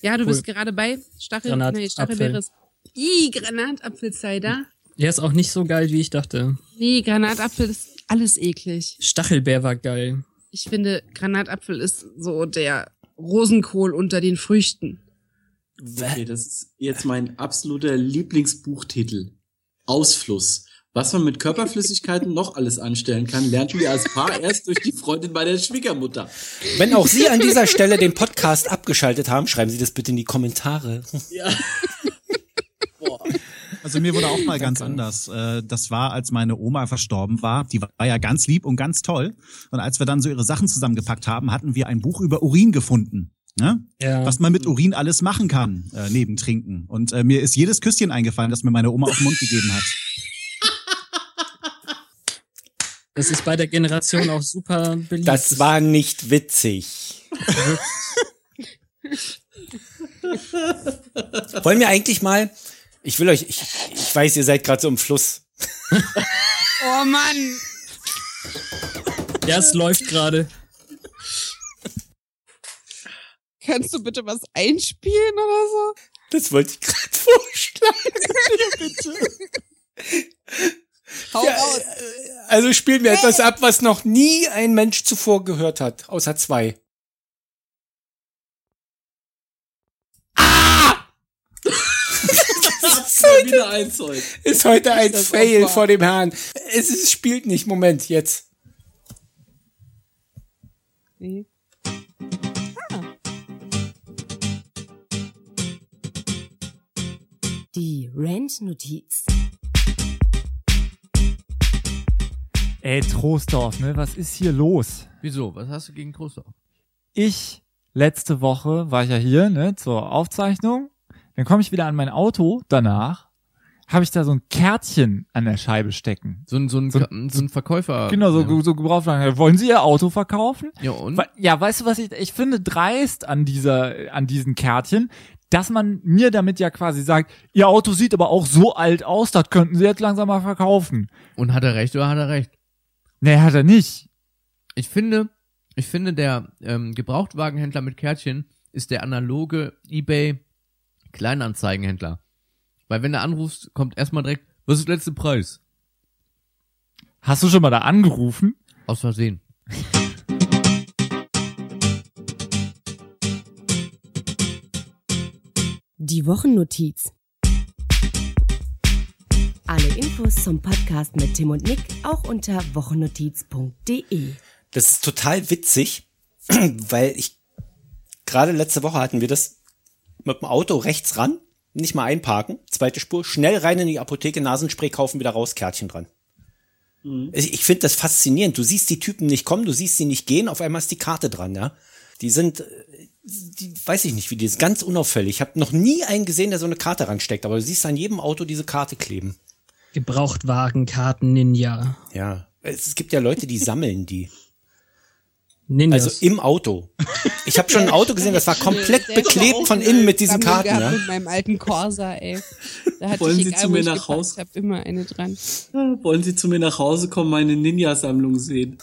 Speaker 1: Ja, du bist gerade bei Stachel,
Speaker 8: Granat-
Speaker 1: nee, Stachelbeere
Speaker 8: Apfel.
Speaker 1: ist. Ih, Granatapfelcider.
Speaker 8: Der ist auch nicht so geil, wie ich dachte.
Speaker 1: Nee, Granatapfel ist alles eklig.
Speaker 8: Stachelbeer war geil.
Speaker 1: Ich finde, Granatapfel ist so der Rosenkohl unter den Früchten.
Speaker 6: Okay, das ist jetzt mein absoluter Lieblingsbuchtitel. Ausfluss. Was man mit Körperflüssigkeiten noch alles anstellen kann, lernten wir als Paar erst durch die Freundin meiner Schwiegermutter.
Speaker 2: Wenn auch Sie an dieser Stelle den Podcast abgeschaltet haben, schreiben Sie das bitte in die Kommentare.
Speaker 7: Also mir wurde auch mal ganz anders. Äh, Das war, als meine Oma verstorben war. Die war ja ganz lieb und ganz toll. Und als wir dann so ihre Sachen zusammengepackt haben, hatten wir ein Buch über Urin gefunden. Ne?
Speaker 8: Ja.
Speaker 7: Was man mit Urin alles machen kann, äh, neben Trinken. Und äh, mir ist jedes Küsschen eingefallen, das mir meine Oma auf den Mund gegeben hat.
Speaker 8: Das ist bei der Generation auch super beliebt.
Speaker 2: Das war nicht witzig. Wollen wir eigentlich mal, ich will euch, ich, ich weiß, ihr seid gerade so im Fluss.
Speaker 1: Oh Mann!
Speaker 8: Ja, es läuft gerade.
Speaker 1: Kannst du bitte was einspielen oder so?
Speaker 2: Das wollte ich gerade vorschlagen.
Speaker 1: Hau
Speaker 2: Ja,
Speaker 1: raus.
Speaker 2: äh, also spielen wir etwas ab, was noch nie ein Mensch zuvor gehört hat, außer zwei.
Speaker 6: Mal wieder ein Zeug.
Speaker 2: Ist heute ein
Speaker 1: das
Speaker 2: Fail
Speaker 1: unwahr?
Speaker 2: vor dem Herrn. Es ist, spielt nicht. Moment, jetzt.
Speaker 1: Nee.
Speaker 10: Die Rant-Notiz.
Speaker 11: Ey, Trostorf, ne? Was ist hier los?
Speaker 5: Wieso? Was hast du gegen Großdorf?
Speaker 11: Ich, letzte Woche war ich ja hier, ne, zur Aufzeichnung. Dann komme ich wieder an mein Auto danach. Habe ich da so ein Kärtchen an der Scheibe stecken.
Speaker 5: So ein, so ein,
Speaker 11: So
Speaker 5: so
Speaker 11: ein-
Speaker 5: ein, Verkäufer.
Speaker 11: Genau, so, so Gebrauchtwagen. Wollen Sie Ihr Auto verkaufen?
Speaker 5: Ja, und?
Speaker 11: Wa- Ja, weißt du, was ich, ich finde dreist an dieser, an diesen Kärtchen, dass man mir damit ja quasi sagt, Ihr Auto sieht aber auch so alt aus, das könnten Sie jetzt langsam mal verkaufen.
Speaker 5: Und hat er recht oder hat er recht?
Speaker 11: Nee, hat er nicht.
Speaker 5: Ich finde, ich finde, der ähm, Gebrauchtwagenhändler mit Kärtchen ist der analoge eBay Kleinanzeigenhändler. Weil wenn du anrufst, kommt erstmal direkt, was ist der letzte Preis?
Speaker 11: Hast du schon mal da angerufen?
Speaker 5: Aus Versehen.
Speaker 10: Die Wochennotiz. Alle Infos zum Podcast mit Tim und Nick auch unter wochennotiz.de.
Speaker 2: Das ist total witzig, weil ich gerade letzte Woche hatten wir das mit dem Auto rechts ran, nicht mal einparken, zweite Spur, schnell rein in die Apotheke, Nasenspray kaufen, wieder raus, Kärtchen dran. Ich, ich finde das faszinierend. Du siehst die Typen nicht kommen, du siehst sie nicht gehen, auf einmal ist die Karte dran, ja. Die sind, äh, die, weiß ich nicht, wie die ist, ganz unauffällig. Ich habe noch nie einen gesehen, der so eine Karte ransteckt, aber du siehst an jedem Auto diese Karte kleben.
Speaker 8: Gebrauchtwagenkarten Ninja.
Speaker 2: Ja. Es gibt ja Leute, die sammeln die.
Speaker 8: Ninjas.
Speaker 2: Also im Auto. Ich habe schon ein Auto gesehen, das war komplett beklebt von innen mit diesen
Speaker 1: Sammlung
Speaker 2: Karten. ne?
Speaker 1: gehabt
Speaker 2: Ja?
Speaker 1: Mit meinem alten Corsa, ey. Da hatte
Speaker 6: Wollen
Speaker 1: ich,
Speaker 6: Sie
Speaker 1: egal,
Speaker 6: zu
Speaker 1: wo
Speaker 6: mir
Speaker 1: ich
Speaker 6: nach
Speaker 1: geparkt
Speaker 6: Hause?
Speaker 1: hab immer eine dran.
Speaker 6: Ah, Wollen Sie zu mir nach Hause kommen, meine Ninja-Sammlung sehen?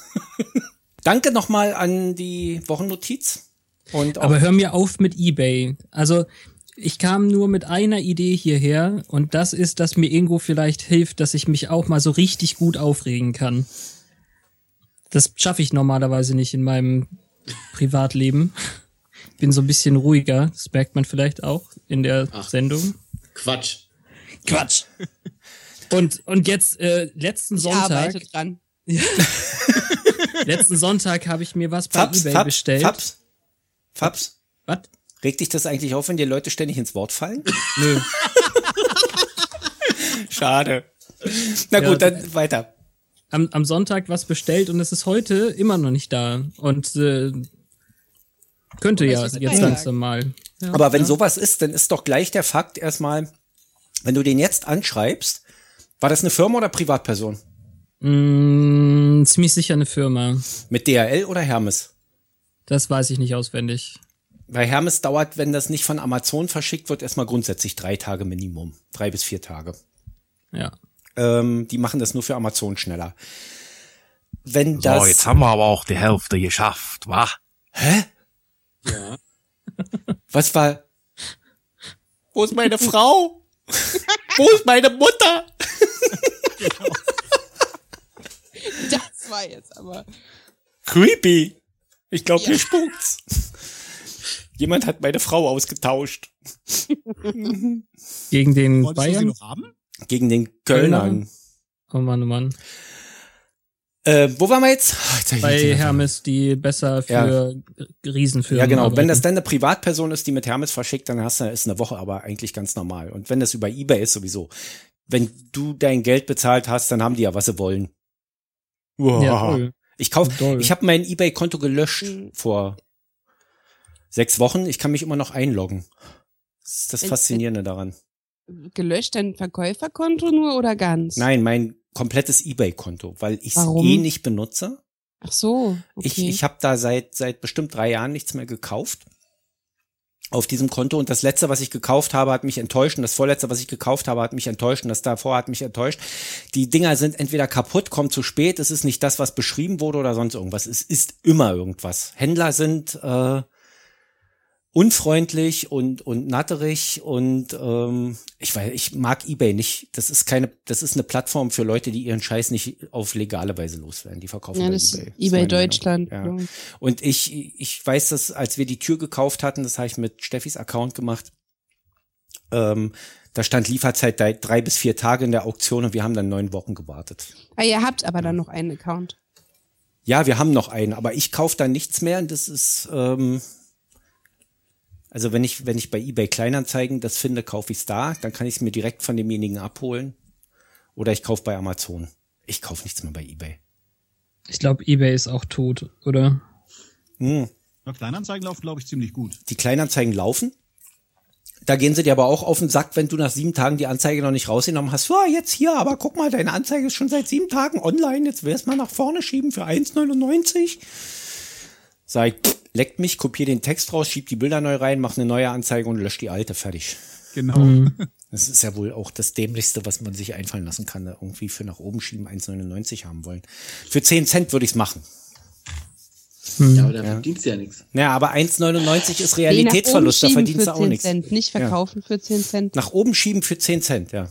Speaker 2: Danke nochmal an die Wochennotiz. Und auch,
Speaker 8: Aber hör mir auf mit eBay. Also ich kam nur mit einer Idee hierher und das ist, dass mir Ingo vielleicht hilft, dass ich mich auch mal so richtig gut aufregen kann. Das schaffe ich normalerweise nicht in meinem Privatleben. Bin so ein bisschen ruhiger, das merkt man vielleicht auch in der Sendung.
Speaker 6: Quatsch.
Speaker 8: Quatsch. Und und jetzt äh, letzten
Speaker 1: Ich
Speaker 8: Sonntag,
Speaker 1: arbeite dran.
Speaker 8: letzten Sonntag habe ich mir was bei
Speaker 2: Fabs,
Speaker 8: eBay
Speaker 2: Fabs,
Speaker 8: bestellt.
Speaker 2: Fabs, Fabs,
Speaker 8: Was?
Speaker 2: regt dich das eigentlich auf, wenn dir Leute ständig ins Wort fallen?
Speaker 8: Nö.
Speaker 2: Schade. Na
Speaker 8: Ja,
Speaker 2: gut, dann weiter.
Speaker 8: am, am Sonntag was bestellt und es ist heute immer noch nicht da. Und äh, könnte ja
Speaker 1: ist
Speaker 8: jetzt
Speaker 1: Freitag.
Speaker 8: langsam mal. Ja,
Speaker 2: Aber wenn sowas ist, dann ist doch gleich der Fakt erstmal, wenn du den jetzt anschreibst, war das eine Firma oder Privatperson?
Speaker 8: Mm, ziemlich sicher eine Firma.
Speaker 2: Mit DHL oder Hermes?
Speaker 8: Das weiß ich nicht auswendig.
Speaker 2: Weil Hermes dauert, wenn das nicht von Amazon verschickt wird, erstmal grundsätzlich drei Tage Minimum. Drei bis vier Tage.
Speaker 8: Ja.
Speaker 2: Ähm, die machen das nur für Amazon schneller. Wenn das.
Speaker 5: haben wir aber auch die Hälfte geschafft, wa?
Speaker 2: was war. Wo ist meine Frau? Wo ist meine Mutter?
Speaker 1: Das war jetzt aber.
Speaker 2: Creepy. Ich glaube, hier spukt's. Jemand hat meine Frau ausgetauscht.
Speaker 8: Gegen den
Speaker 7: Wolltest du sie
Speaker 8: Bayern?
Speaker 2: Oh,
Speaker 7: noch haben?
Speaker 2: Gegen den
Speaker 8: Kölner?
Speaker 2: Kölnern.
Speaker 8: Oh Mann, oh Mann.
Speaker 2: Äh, wo waren wir jetzt? Ach, jetzt hab ich den
Speaker 8: Bei
Speaker 2: Faden
Speaker 8: Hermes, die besser für Riesenfirmen
Speaker 2: Ja, genau. Wenn das
Speaker 8: arbeiten.
Speaker 2: dann eine Privatperson ist, die mit Hermes verschickt, dann hast du, ist eine Woche aber eigentlich ganz normal. Und wenn das über eBay ist, sowieso. Wenn du dein Geld bezahlt hast, dann haben die ja, was sie wollen. Uah.
Speaker 8: Ja, toll.
Speaker 2: ich kauf,
Speaker 8: Toll.
Speaker 2: ich habe mein eBay-Konto gelöscht vor sechs Wochen. Ich kann mich immer noch einloggen. Das ist das
Speaker 1: Wenn-
Speaker 2: Faszinierende daran.
Speaker 1: Gelöscht dein Verkäuferkonto nur oder ganz?
Speaker 2: Nein, mein komplettes eBay-Konto, weil ich es
Speaker 1: Warum?
Speaker 2: eh nicht benutze.
Speaker 1: Ach so. Okay.
Speaker 2: Ich, ich habe da seit, seit bestimmt drei Jahren nichts mehr gekauft auf diesem Konto. Und das letzte, was ich gekauft habe, hat mich enttäuscht. Und das vorletzte, was ich gekauft habe, hat mich enttäuscht. Und das davor hat mich enttäuscht. Die Dinger sind entweder kaputt, kommen zu spät. Es ist nicht das, was beschrieben wurde oder sonst irgendwas. Es ist immer irgendwas. Händler sind äh, unfreundlich und, und natterig. Und ähm, ich weiß, ich mag eBay nicht. Das ist keine, das ist eine Plattform für Leute, die ihren Scheiß nicht auf legale Weise loswerden. Die verkaufen
Speaker 1: ja,
Speaker 2: bei
Speaker 1: das
Speaker 2: eBay.
Speaker 1: eBay,
Speaker 2: Das ist meine Meinung.
Speaker 1: Deutschland.
Speaker 2: Ja. Und ich, ich weiß das, als wir die Tür gekauft hatten, das habe ich mit Steffis Account gemacht, ähm, da stand Lieferzeit drei, drei bis vier Tage in der Auktion und wir haben dann neun Wochen gewartet.
Speaker 1: Ah, ihr habt aber dann noch einen Account.
Speaker 2: Ja, wir haben noch einen, aber ich kaufe da nichts mehr und das ist, ähm, also wenn ich, wenn ich bei eBay Kleinanzeigen das finde, kaufe ich es da, dann kann ich es mir direkt von demjenigen abholen oder ich kaufe bei Amazon. Ich kaufe nichts mehr bei eBay.
Speaker 8: Ich glaube, eBay ist auch tot, oder?
Speaker 2: Hm.
Speaker 7: Ja, Kleinanzeigen laufen, glaube ich, ziemlich gut.
Speaker 2: Die Kleinanzeigen laufen. Da gehen sie dir aber auch auf den Sack, wenn du nach sieben Tagen die Anzeige noch nicht rausgenommen hast. Ja, jetzt hier, aber guck mal, deine Anzeige ist schon seit sieben Tagen online. Jetzt wirst mal nach vorne schieben für 1,99. Sag ich, pff, leckt mich, kopier den Text raus, schieb die Bilder neu rein, mach eine neue Anzeige und löscht die alte. Fertig.
Speaker 7: Genau.
Speaker 2: Das ist ja wohl auch das Dämlichste, was man sich einfallen lassen kann. da Irgendwie für nach oben schieben 1,99 haben wollen. Für 10 Cent würde ich es machen.
Speaker 6: Ja,
Speaker 2: Mhm.
Speaker 6: aber da verdienst du ja nichts.
Speaker 2: Ja, aber 1,99 ist
Speaker 1: Nee, nach oben
Speaker 2: Realitätsverlust, da
Speaker 1: schieben
Speaker 2: verdienst
Speaker 1: für
Speaker 2: du auch
Speaker 1: 10
Speaker 2: nichts.
Speaker 1: Cent, nicht
Speaker 2: Ja.
Speaker 1: verkaufen für 10 Cent.
Speaker 2: Nach oben schieben für 10 Cent, ja.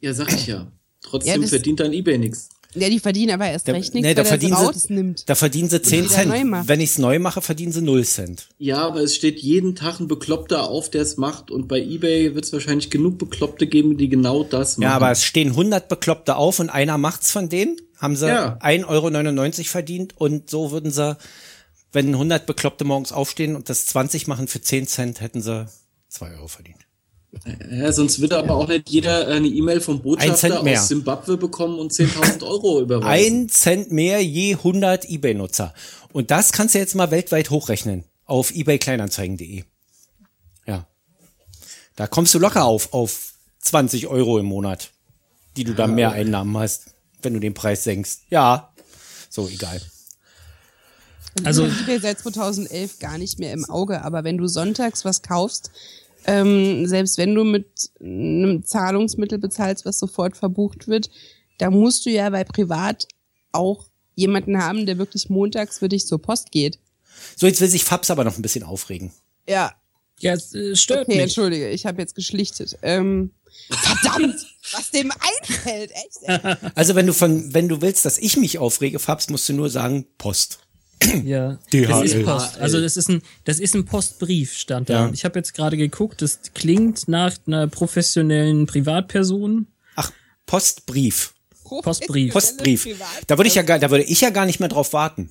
Speaker 6: Ja, sag ich ja.
Speaker 1: Ja,
Speaker 6: Trotzdem
Speaker 1: das-
Speaker 6: verdient dann eBay nichts.
Speaker 1: Ja, die verdienen aber erst
Speaker 2: Da,
Speaker 1: recht nichts,
Speaker 2: nee, da,
Speaker 1: weil
Speaker 2: verdienen
Speaker 1: der
Speaker 2: sie,
Speaker 1: rausnimmt.
Speaker 2: da verdienen sie 10
Speaker 1: wieder neu
Speaker 2: Cent.
Speaker 1: macht.
Speaker 2: Wenn ich es neu mache, verdienen sie 0 Cent.
Speaker 6: Ja, aber es steht jeden Tag ein Bekloppter auf, der es macht. Und bei eBay wird es wahrscheinlich genug Bekloppte geben, die genau das machen.
Speaker 2: Ja, aber es stehen 100 Bekloppte auf und einer macht's von denen. Haben sie
Speaker 6: Ja.
Speaker 2: 1,99 Euro verdient und so würden sie, wenn 100 Bekloppte morgens aufstehen und das 20 machen für 10 Cent, hätten sie 2 Euro verdient.
Speaker 6: Ja, sonst würde aber auch nicht jeder eine E-Mail vom
Speaker 2: Ein Cent
Speaker 6: Botschafter
Speaker 2: mehr.
Speaker 6: aus Simbabwe bekommen und 10.000 Euro überweisen.
Speaker 2: Ein Cent mehr je 100 eBay-Nutzer. Und das kannst du jetzt mal weltweit hochrechnen auf ebaykleinanzeigen.de. Ja. Da kommst du locker auf, auf 20 Euro im Monat, die du dann mehr Einnahmen hast, wenn du den Preis senkst. Ja. So, egal.
Speaker 1: Also eBay seit 2011 gar nicht mehr im Auge, aber wenn du sonntags was kaufst, ähm, selbst wenn du mit einem Zahlungsmittel bezahlst, was sofort verbucht wird, da musst du ja bei privat auch jemanden haben, der wirklich montags für dich zur Post geht.
Speaker 2: So, jetzt will sich Fabs aber noch ein bisschen aufregen.
Speaker 1: Ja.
Speaker 8: Ja, es äh, stört
Speaker 1: Okay,
Speaker 8: mich.
Speaker 1: entschuldige, ich habe jetzt geschlichtet. Ähm, verdammt, was dem einfällt, echt. ey.
Speaker 2: Also, wenn du von, wenn du willst, dass ich mich aufrege, Fabs, musst du nur sagen, Post.
Speaker 8: Ja.
Speaker 2: DHL.
Speaker 8: Das ist Post. Also das ist ein, das ist ein Postbrief, stand da.
Speaker 2: Ja.
Speaker 8: Ich habe jetzt gerade geguckt, das klingt nach einer professionellen Privatperson.
Speaker 2: Ach, Postbrief.
Speaker 8: Postbrief.
Speaker 2: Postbrief. Da würde ich ja gar, da würde ich ja gar nicht mehr drauf warten.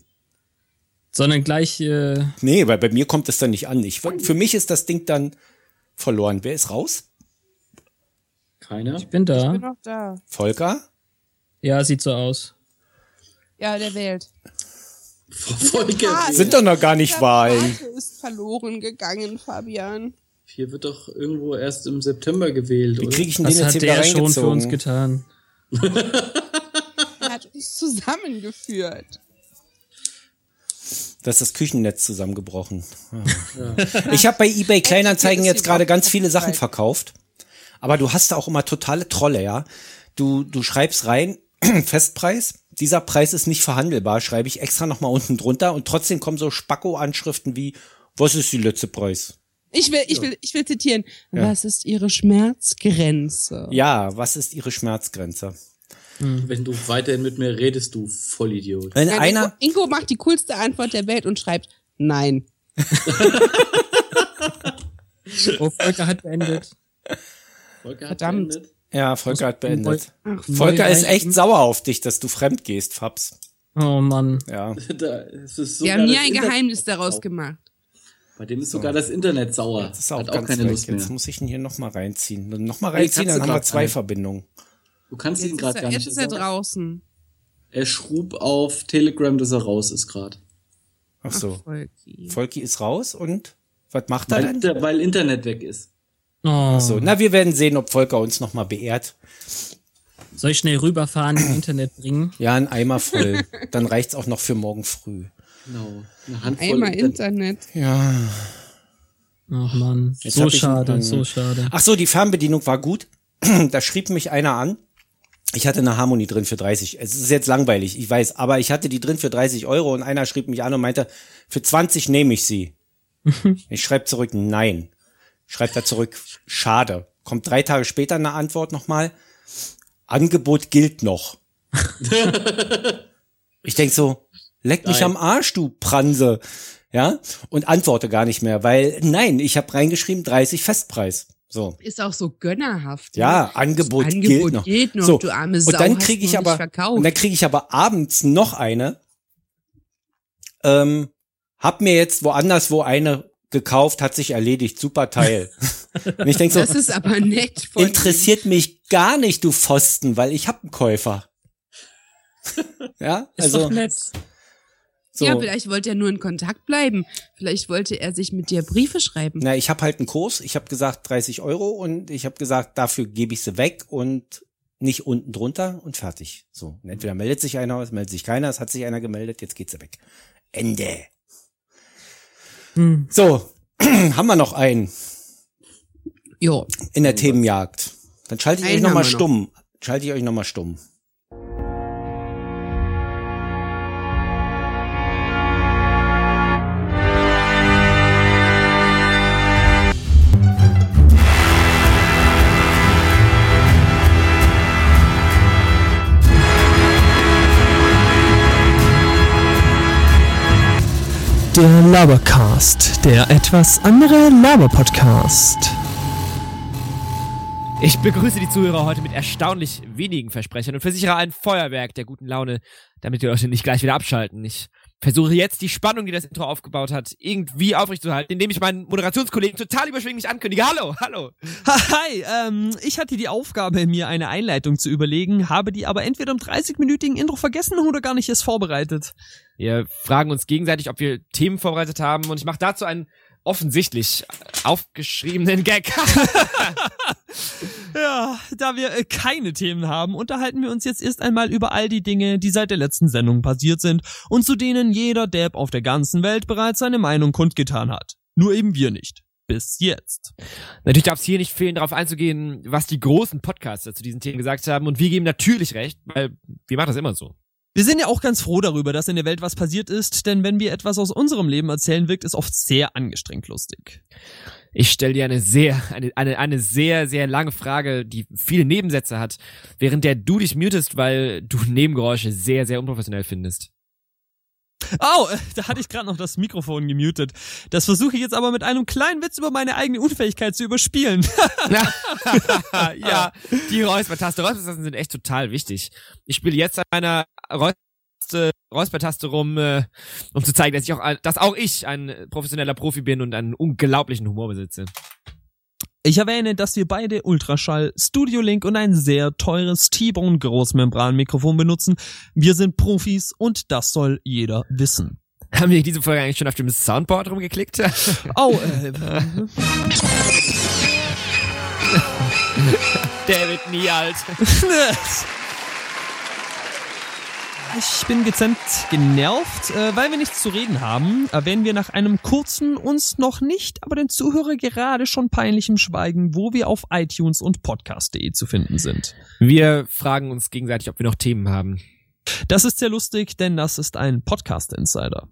Speaker 8: Sondern gleich, äh,
Speaker 2: Nee, weil bei mir kommt es dann nicht an. Ich, für mich ist das Ding dann verloren. Wer ist raus?
Speaker 6: Keiner?
Speaker 8: ich bin
Speaker 1: Ich
Speaker 8: da.
Speaker 1: bin noch da.
Speaker 2: Volker?
Speaker 8: Ja, sieht so aus.
Speaker 1: Ja, der wählt.
Speaker 6: Folge.
Speaker 2: Sind doch noch gar nicht Wahlen.
Speaker 1: Karte ist verloren gegangen, Fabian.
Speaker 6: Hier wird doch irgendwo erst im September gewählt,
Speaker 2: Wie
Speaker 6: oder?
Speaker 2: kriege ich denn den
Speaker 8: Was
Speaker 2: jetzt
Speaker 8: hat
Speaker 2: hier wieder
Speaker 8: der schon
Speaker 2: reingezogen?
Speaker 8: für uns getan?
Speaker 1: Er hat uns zusammengeführt.
Speaker 2: Da ist das Küchennetz zusammengebrochen. Ich habe bei eBay Kleinanzeigen jetzt gerade ganz viele Sachen verkauft. Aber du hast da auch immer totale Trolle, ja. Du, du schreibst rein, Festpreis, dieser Preis ist nicht verhandelbar, schreibe ich extra nochmal unten drunter und trotzdem kommen so Spacko-Anschriften wie, was ist die letzte Preis?
Speaker 1: Ich will, ich will, ich will zitieren. Was ist ihre Schmerzgrenze?
Speaker 2: Ja, was ist ihre Schmerzgrenze?
Speaker 6: Wenn du weiterhin mit mir redest, du Vollidiot.
Speaker 2: Wenn
Speaker 1: Nein,
Speaker 2: einer,
Speaker 1: Ingo, Ingo macht die coolste Antwort der Welt und schreibt Nein.
Speaker 8: Oh, Volker hat beendet.
Speaker 6: Volker
Speaker 1: Verdammt.
Speaker 6: beendet.
Speaker 2: Ja, Volker hat beendet.
Speaker 8: Woll- Ach,
Speaker 2: Volker
Speaker 8: woll-
Speaker 2: ist echt sauer auf dich, dass du fremd gehst, Fabs.
Speaker 8: Oh Mann.
Speaker 2: Ja.
Speaker 6: Es ist
Speaker 1: Wir
Speaker 6: sogar
Speaker 1: haben nie
Speaker 6: das
Speaker 1: ein
Speaker 6: Inter-
Speaker 1: Geheimnis daraus gemacht.
Speaker 6: Bei dem ist sogar das Internet sauer.
Speaker 2: Das ist auch,
Speaker 6: Hat auch
Speaker 2: ganz
Speaker 6: keine
Speaker 2: weg.
Speaker 6: Lust mehr.
Speaker 2: Jetzt ne? muss ich ihn hier nochmal reinziehen. Nochmal
Speaker 6: Nee,
Speaker 2: reinziehen,
Speaker 6: kannst
Speaker 2: dann
Speaker 6: du
Speaker 2: haben wir
Speaker 6: grad
Speaker 2: zwei
Speaker 6: nicht.
Speaker 2: Verbindungen.
Speaker 6: Du kannst
Speaker 1: Jetzt
Speaker 6: ihn
Speaker 1: ist
Speaker 6: gerade
Speaker 1: er,
Speaker 6: gar
Speaker 1: jetzt
Speaker 6: nicht.
Speaker 1: ist er draußen.
Speaker 6: Er schrub auf Telegram, dass er raus ist gerade.
Speaker 2: Ach so.
Speaker 1: Volki.
Speaker 2: Volki ist raus und was macht er
Speaker 6: Weil,
Speaker 2: denn?
Speaker 6: Inter- weil Internet weg ist.
Speaker 8: Oh.
Speaker 2: Ach so. Na, wir werden sehen, ob Volker uns nochmal beehrt.
Speaker 8: Soll ich schnell rüberfahren, im Internet bringen?
Speaker 2: Ja, ein Eimer voll. dann reicht's auch noch für morgen früh.
Speaker 6: Genau. Eine Handvoll
Speaker 1: Einmal
Speaker 6: Internet.
Speaker 1: Internet.
Speaker 2: Ja.
Speaker 8: Ach Mann,
Speaker 2: Jetzt
Speaker 8: so
Speaker 2: hab ich-
Speaker 8: schade,
Speaker 2: ähm,
Speaker 8: so schade.
Speaker 2: Ach so, die Fernbedienung war gut. da schrieb mich einer an. Ich hatte eine Harmonie drin für 30. Es ist jetzt langweilig, ich weiß, aber ich hatte die drin für 30 Euro und einer schrieb mich an und meinte, für 20 nehme ich sie. ich schreibe zurück, nein. Schreibt er zurück, schade. Kommt drei Tage später eine Antwort nochmal. Angebot gilt noch. ich denk so, leck mich am Arsch, du Pranse. Ja, und antworte gar nicht mehr, weil nein, ich habe reingeschrieben 30 Festpreis. So.
Speaker 1: Ist auch so gönnerhaft. ne?
Speaker 2: Ja, Angebot,
Speaker 1: Angebot
Speaker 2: gilt noch.
Speaker 1: gilt noch, du arme Sau,
Speaker 2: Und dann
Speaker 1: hast
Speaker 2: kriege ich
Speaker 1: noch nicht
Speaker 2: aber,
Speaker 1: verkauft.
Speaker 2: und dann kriege ich aber abends noch eine. Ähm, hab mir jetzt woanders wo eine gekauft, hat sich erledigt, super Teil. und ich denke so,
Speaker 1: Das ist aber nett von
Speaker 2: interessiert mich gar nicht, du Pfosten, weil ich hab einen Käufer. ja,
Speaker 8: Ist
Speaker 2: also
Speaker 8: doch nett.
Speaker 2: so.
Speaker 1: Ja, vielleicht wollte er nur in Kontakt bleiben. Vielleicht wollte er sich mit dir Briefe schreiben.
Speaker 2: Na, ich habe halt einen Kurs, ich habe gesagt 30 Euro und ich habe gesagt, dafür gebe ich sie weg und nicht unten drunter und fertig. So, und entweder meldet sich einer, es meldet sich keiner, es hat sich einer gemeldet, jetzt geht sie weg. Ende.
Speaker 8: Hm.
Speaker 2: So, haben wir noch einen
Speaker 1: Jo.
Speaker 2: in der Themenjagd. Dann schalte ich
Speaker 1: Einen
Speaker 2: euch
Speaker 1: haben
Speaker 2: nochmal
Speaker 1: wir noch.
Speaker 2: stumm. Schalte ich euch nochmal stumm.
Speaker 12: Der Labercast, der etwas andere Laber-Podcast.
Speaker 13: Ich begrüße die Zuhörer heute mit erstaunlich wenigen Versprechern und versichere ein Feuerwerk der guten Laune, damit die Leute nicht gleich wieder abschalten. Ich versuche jetzt die Spannung, die das Intro aufgebaut hat, irgendwie aufrechtzuerhalten, indem ich meinen Moderationskollegen total überschwänglich ankündige. Hallo, hallo.
Speaker 12: Hi, ähm, ich hatte die Aufgabe, mir eine Einleitung zu überlegen, habe die aber entweder im 30-minütigen Intro vergessen oder gar nicht erst vorbereitet.
Speaker 13: Wir fragen uns gegenseitig, ob wir Themen vorbereitet haben und ich mache dazu einen offensichtlich aufgeschriebenen Gag.
Speaker 12: Ja, da wir äh, keine Themen haben, unterhalten wir uns jetzt erst einmal über all die Dinge, die seit der letzten Sendung passiert sind und zu denen jeder Depp auf der ganzen Welt bereits seine Meinung kundgetan hat. Nur eben wir nicht. Bis jetzt.
Speaker 13: Natürlich darf es hier nicht fehlen, darauf einzugehen, was die großen Podcaster zu diesen Themen gesagt haben und wir geben natürlich recht, weil wir machen das immer so.
Speaker 12: Wir sind ja auch ganz froh darüber, dass in der Welt was passiert ist, denn wenn wir etwas aus unserem Leben erzählen, wirkt es oft sehr angestrengt lustig.
Speaker 13: Ich stelle dir eine sehr, eine, eine, eine sehr, sehr lange Frage, die viele Nebensätze hat, während der du dich mutest, weil du Nebengeräusche sehr, sehr unprofessionell findest.
Speaker 12: Au, äh, da hatte ich gerade noch das Mikrofon gemutet. Das versuche ich jetzt aber mit einem kleinen Witz über meine eigene Unfähigkeit zu überspielen.
Speaker 13: ja, die Räuspertaste, Räuspertasten sind echt total wichtig. Ich spiele jetzt an meiner Räusper- Räuspertaste rum, äh, um zu zeigen, dass ich auch, ein- dass auch ich ein professioneller Profi bin und einen unglaublichen Humor besitze.
Speaker 12: Ich erwähne, dass wir beide Ultraschall, Studio Link und ein sehr teures T-Bone Großmembranmikrofon benutzen. Wir sind Profis und das soll jeder wissen.
Speaker 13: Haben wir diese Folge eigentlich schon auf dem Soundboard rumgeklickt?
Speaker 12: Au, äh,
Speaker 13: Der wird nie alt.
Speaker 12: Ich bin dezent genervt, äh, weil wir nichts zu reden haben. Erwähnen wir nach einem kurzen, uns noch nicht, aber den Zuhörer gerade schon peinlichem Schweigen, wo wir auf iTunes und podcast.de zu finden sind.
Speaker 13: Wir fragen uns gegenseitig, ob wir noch Themen haben.
Speaker 12: Das ist sehr lustig, denn das ist ein Podcast-Insider.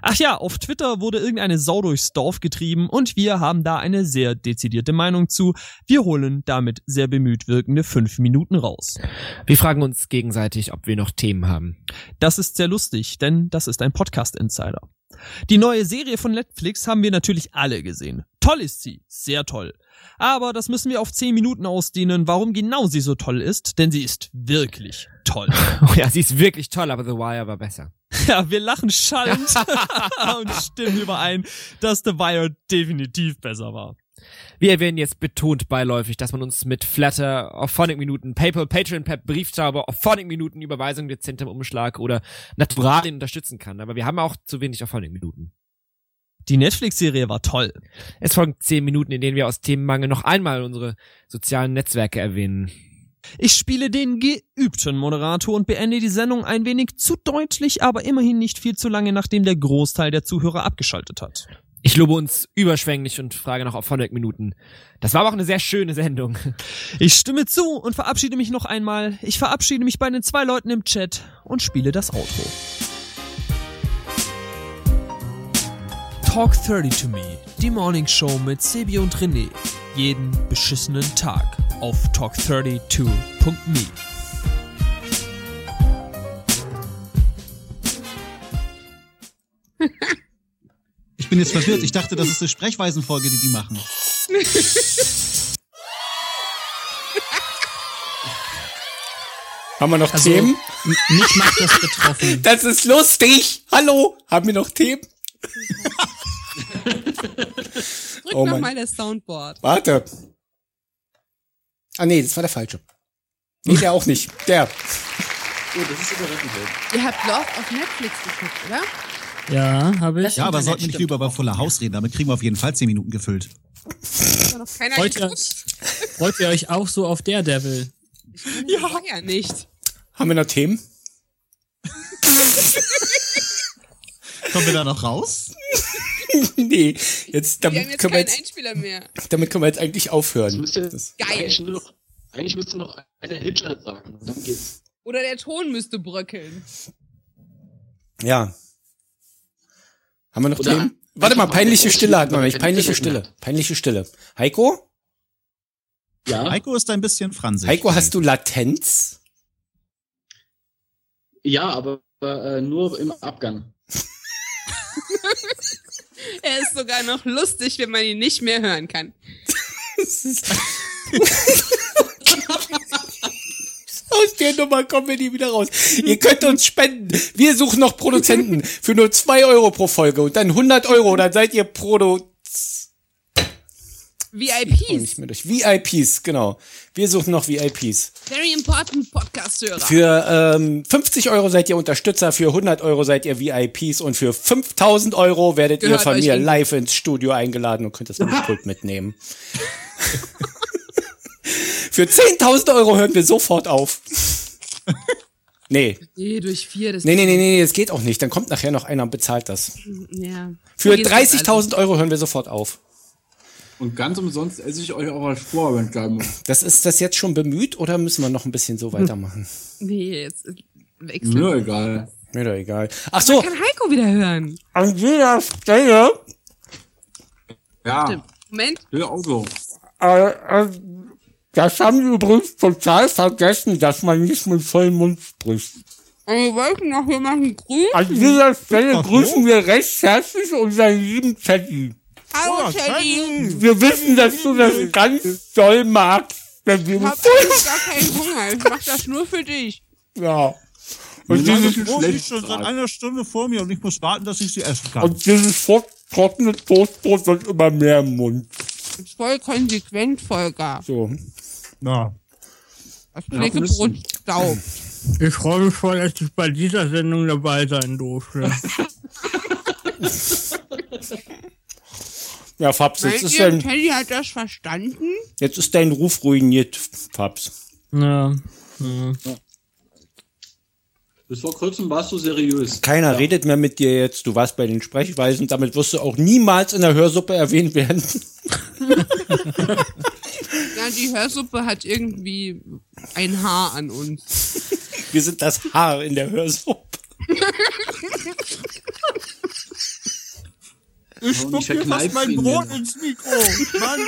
Speaker 12: Ach ja, auf Twitter wurde irgendeine Sau durchs Dorf getrieben und wir haben da eine sehr dezidierte Meinung zu. Wir holen damit sehr bemüht wirkende fünf Minuten raus.
Speaker 13: Wir fragen uns gegenseitig, ob wir noch Themen haben.
Speaker 12: Das ist sehr lustig, denn das ist ein Podcast-Insider. Die neue Serie von Netflix haben wir natürlich alle gesehen. Toll ist sie, sehr toll. Aber das müssen wir auf 10 Minuten ausdehnen, warum genau sie so toll ist, denn sie ist wirklich toll.
Speaker 13: Oh ja, sie ist wirklich toll, aber The Wire war besser.
Speaker 12: Ja, wir lachen schallend und stimmen überein, dass The Wire definitiv besser war.
Speaker 13: Wir erwähnen jetzt betont beiläufig, dass man uns mit Flatter, Auphonic-Minuten, PayPal, Patreon, Pep, Brieftaube, Auphonic-Minuten, Überweisung dezentem Umschlag oder Naturalien unterstützen kann. Aber wir haben auch zu wenig Auphonic-Minuten.
Speaker 12: Die Netflix-Serie war toll.
Speaker 13: Es folgen zehn Minuten, in denen wir aus Themenmangel noch einmal unsere sozialen Netzwerke erwähnen.
Speaker 12: Ich spiele den geübten Moderator und beende die Sendung ein wenig zu deutlich, aber immerhin nicht viel zu lange, nachdem der Großteil der Zuhörer abgeschaltet hat.
Speaker 13: Ich lobe uns überschwänglich und frage nach Auphonic-Minuten. Das war aber auch eine sehr schöne Sendung.
Speaker 12: Ich stimme zu und verabschiede mich noch einmal. Ich verabschiede mich bei den zwei Leuten im Chat und spiele das Outro. Talk 30 to Me, die Morning Show mit Sebi und René. Jeden beschissenen Tag auf talk32.me.
Speaker 7: Ich bin jetzt verwirrt. Ich dachte, das ist eine Sprechweisenfolge, die die machen.
Speaker 2: Haben wir noch
Speaker 7: Also,
Speaker 2: Themen?
Speaker 8: Mich macht das betroffen.
Speaker 2: Das ist lustig. Hallo, haben wir noch Themen?
Speaker 1: Drück
Speaker 2: Oh
Speaker 1: noch
Speaker 2: Mann.
Speaker 1: nochmal das Soundboard.
Speaker 2: Warte. Ah nee, das war der falsche. Nee, der auch nicht. Der.
Speaker 6: Oh, das ist überraschend.
Speaker 1: Ihr habt Love auf Netflix geguckt, oder?
Speaker 8: Ja, habe
Speaker 1: Das
Speaker 8: ich.
Speaker 7: Ja, aber
Speaker 1: Internet
Speaker 7: sollten wir nicht
Speaker 1: stimmt
Speaker 7: lieber über voller Haus reden? Damit kriegen wir auf jeden Fall zehn Minuten gefüllt.
Speaker 1: Hat doch noch keiner
Speaker 8: Wollt ihr,
Speaker 1: geguckt.
Speaker 8: wollt ihr euch auch so auf Daredevil?
Speaker 1: Ja. ja nicht.
Speaker 2: Haben wir noch Themen?
Speaker 7: Kommen wir da noch raus?
Speaker 2: nee, jetzt,
Speaker 1: Wir
Speaker 2: damit,
Speaker 1: haben jetzt
Speaker 2: können wir
Speaker 1: keinen
Speaker 2: jetzt
Speaker 1: Einspieler mehr.
Speaker 2: damit können wir jetzt eigentlich aufhören. Das,
Speaker 1: Geil.
Speaker 6: Eigentlich, nur noch, eigentlich müsste noch einer Hitler sagen. Dann geht's.
Speaker 1: Oder der Ton müsste bröckeln.
Speaker 2: ja. Haben wir noch
Speaker 6: Oder-
Speaker 2: Themen? Warte mal, peinliche Stille hatten wir nicht. Peinliche
Speaker 6: Ja.
Speaker 2: Stille. Peinliche Stille. Heiko?
Speaker 6: Ja,
Speaker 7: Heiko ist ein bisschen fransig.
Speaker 2: Heiko, hast du Latenz?
Speaker 6: ja aber äh, nur im Abgang.
Speaker 1: Er ist sogar noch lustig, wenn man ihn nicht mehr hören kann.
Speaker 2: Aus der Nummer kommen wir nie wieder raus. Ihr könnt uns spenden. Wir suchen noch Produzenten für nur zwei Euro pro Folge und dann 100 Euro. Dann seid ihr Produ... Komm
Speaker 1: VIPs.
Speaker 2: nicht mehr durch. VIPs, genau. Wir suchen noch VIPs.
Speaker 1: Very important Podcast-Hörer.
Speaker 2: Für ähm, 50 Euro seid ihr Unterstützer, für 100 Euro seid ihr VIPs und für 5000 Euro werdet
Speaker 1: Gehört
Speaker 2: ihr von
Speaker 1: euch
Speaker 2: mir
Speaker 1: in-
Speaker 2: live ins Studio eingeladen und könnt das Mischpult mitnehmen. für 10.000 Euro hören wir sofort auf. nee,
Speaker 1: Nee, durch vier. Das
Speaker 2: nee, nee, nee, nee, das geht auch nicht. Dann kommt nachher noch einer und bezahlt das.
Speaker 1: Ja. also,
Speaker 2: Für
Speaker 1: So geht's uns
Speaker 2: 30.000 Euro hören wir sofort auf.
Speaker 6: Und ganz umsonst esse ich euch auch als Spor, wenn ich bleiben muss.
Speaker 2: Das ist das jetzt schon bemüht oder müssen wir noch ein bisschen so weitermachen?
Speaker 1: allen. Nee, jetzt äh, wechseln.
Speaker 6: Mir egal.
Speaker 2: Mir doch egal. Ach so,
Speaker 1: Kann Heiko wieder hören.
Speaker 2: an jeder Stelle
Speaker 6: Ja,
Speaker 1: Moment.
Speaker 6: will auch so.
Speaker 2: Äh, äh, das haben wir übrigens total vergessen, dass man nicht mit vollem Mund spricht.
Speaker 1: Und wir wollten Äh, noch jemanden grüßen.
Speaker 2: An dieser Stelle
Speaker 7: Ach so.
Speaker 2: grüßen wir recht herzlich unseren lieben Teddy.
Speaker 1: Hallo,
Speaker 7: Oh,
Speaker 1: Teddy.
Speaker 2: Wir wissen, dass du das ganz doll magst, wenn wir
Speaker 1: Ich
Speaker 2: mit
Speaker 1: hab eigentlich gar keinen Hunger. Ich mach das nur für dich.
Speaker 2: ja.
Speaker 6: Mir
Speaker 2: Und
Speaker 6: lag
Speaker 2: dieses,
Speaker 6: es
Speaker 7: Oh,
Speaker 6: schlecht
Speaker 7: liegt schon seit
Speaker 6: dran.
Speaker 7: einer Stunde vor mir und ich muss warten, dass ich sie essen kann.
Speaker 2: und dieses trockene Toastbrot wird immer mehr im Mund.
Speaker 1: Das ist voll konsequent, Volker.
Speaker 2: So.
Speaker 7: Na.
Speaker 1: Das
Speaker 6: Ja, müssen.
Speaker 1: Knäckebrot staubt.
Speaker 8: Ich freue mich voll, dass ich bei dieser Sendung dabei sein durfte.
Speaker 2: Ja, Fabs,
Speaker 1: Meint
Speaker 2: jetzt
Speaker 1: ihr,
Speaker 2: ist, dein,
Speaker 1: Teddy hat das verstanden?
Speaker 2: jetzt ist dein Ruf ruiniert, Fabs.
Speaker 8: Ja.
Speaker 6: Bis vor kurzem warst du seriös. ne?
Speaker 2: Keiner redet mehr mit dir jetzt. Du warst bei den Sprechweisen. Damit wirst du auch niemals in der Hörsuppe erwähnt werden.
Speaker 1: Ja, die Hörsuppe hat irgendwie ein Haar an uns.
Speaker 2: Wir sind das Haar in der Hörsuppe.
Speaker 6: Ich
Speaker 7: Guck mir fast mein Brot ins Mikro. Mann,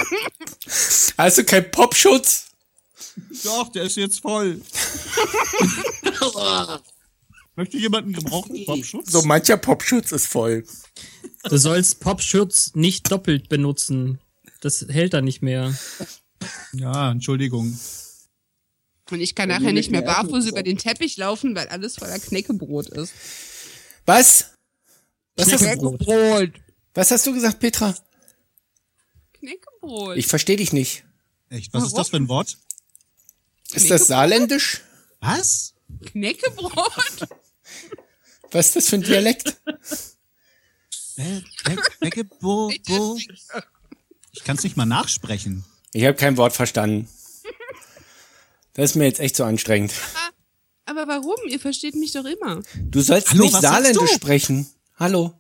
Speaker 2: Hast du keinen Popschutz?
Speaker 7: doch, der ist jetzt voll. Möchte jemanden gebrauchten Popschutz?
Speaker 2: So mancher Popschutz ist voll.
Speaker 8: Du sollst Popschutz nicht doppelt benutzen. Das hält er nicht mehr.
Speaker 7: Ja, Entschuldigung.
Speaker 1: Und ich kann nachher nicht mehr barfuß über den Teppich laufen, weil alles voller Knäckebrot ist.
Speaker 2: Was? Was hast,
Speaker 1: Knäckebrot.
Speaker 2: was hast du gesagt, Petra?
Speaker 1: Knäckebrot.
Speaker 2: Ich verstehe dich nicht.
Speaker 7: Echt? Was ist das für ein Wort?
Speaker 2: Ist das saarländisch?
Speaker 7: Was?
Speaker 1: Knäckebrot?
Speaker 2: Was ist das für ein Dialekt?
Speaker 7: Ich kann es nicht mal nachsprechen.
Speaker 2: Ich habe kein Wort verstanden. Das ist mir jetzt echt zu anstrengend.
Speaker 1: Aber warum? Ihr versteht mich doch immer.
Speaker 2: Du sollst
Speaker 1: Hallo,
Speaker 2: nicht
Speaker 1: was sagst
Speaker 2: saarländisch
Speaker 1: du?
Speaker 2: sprechen. Hallo.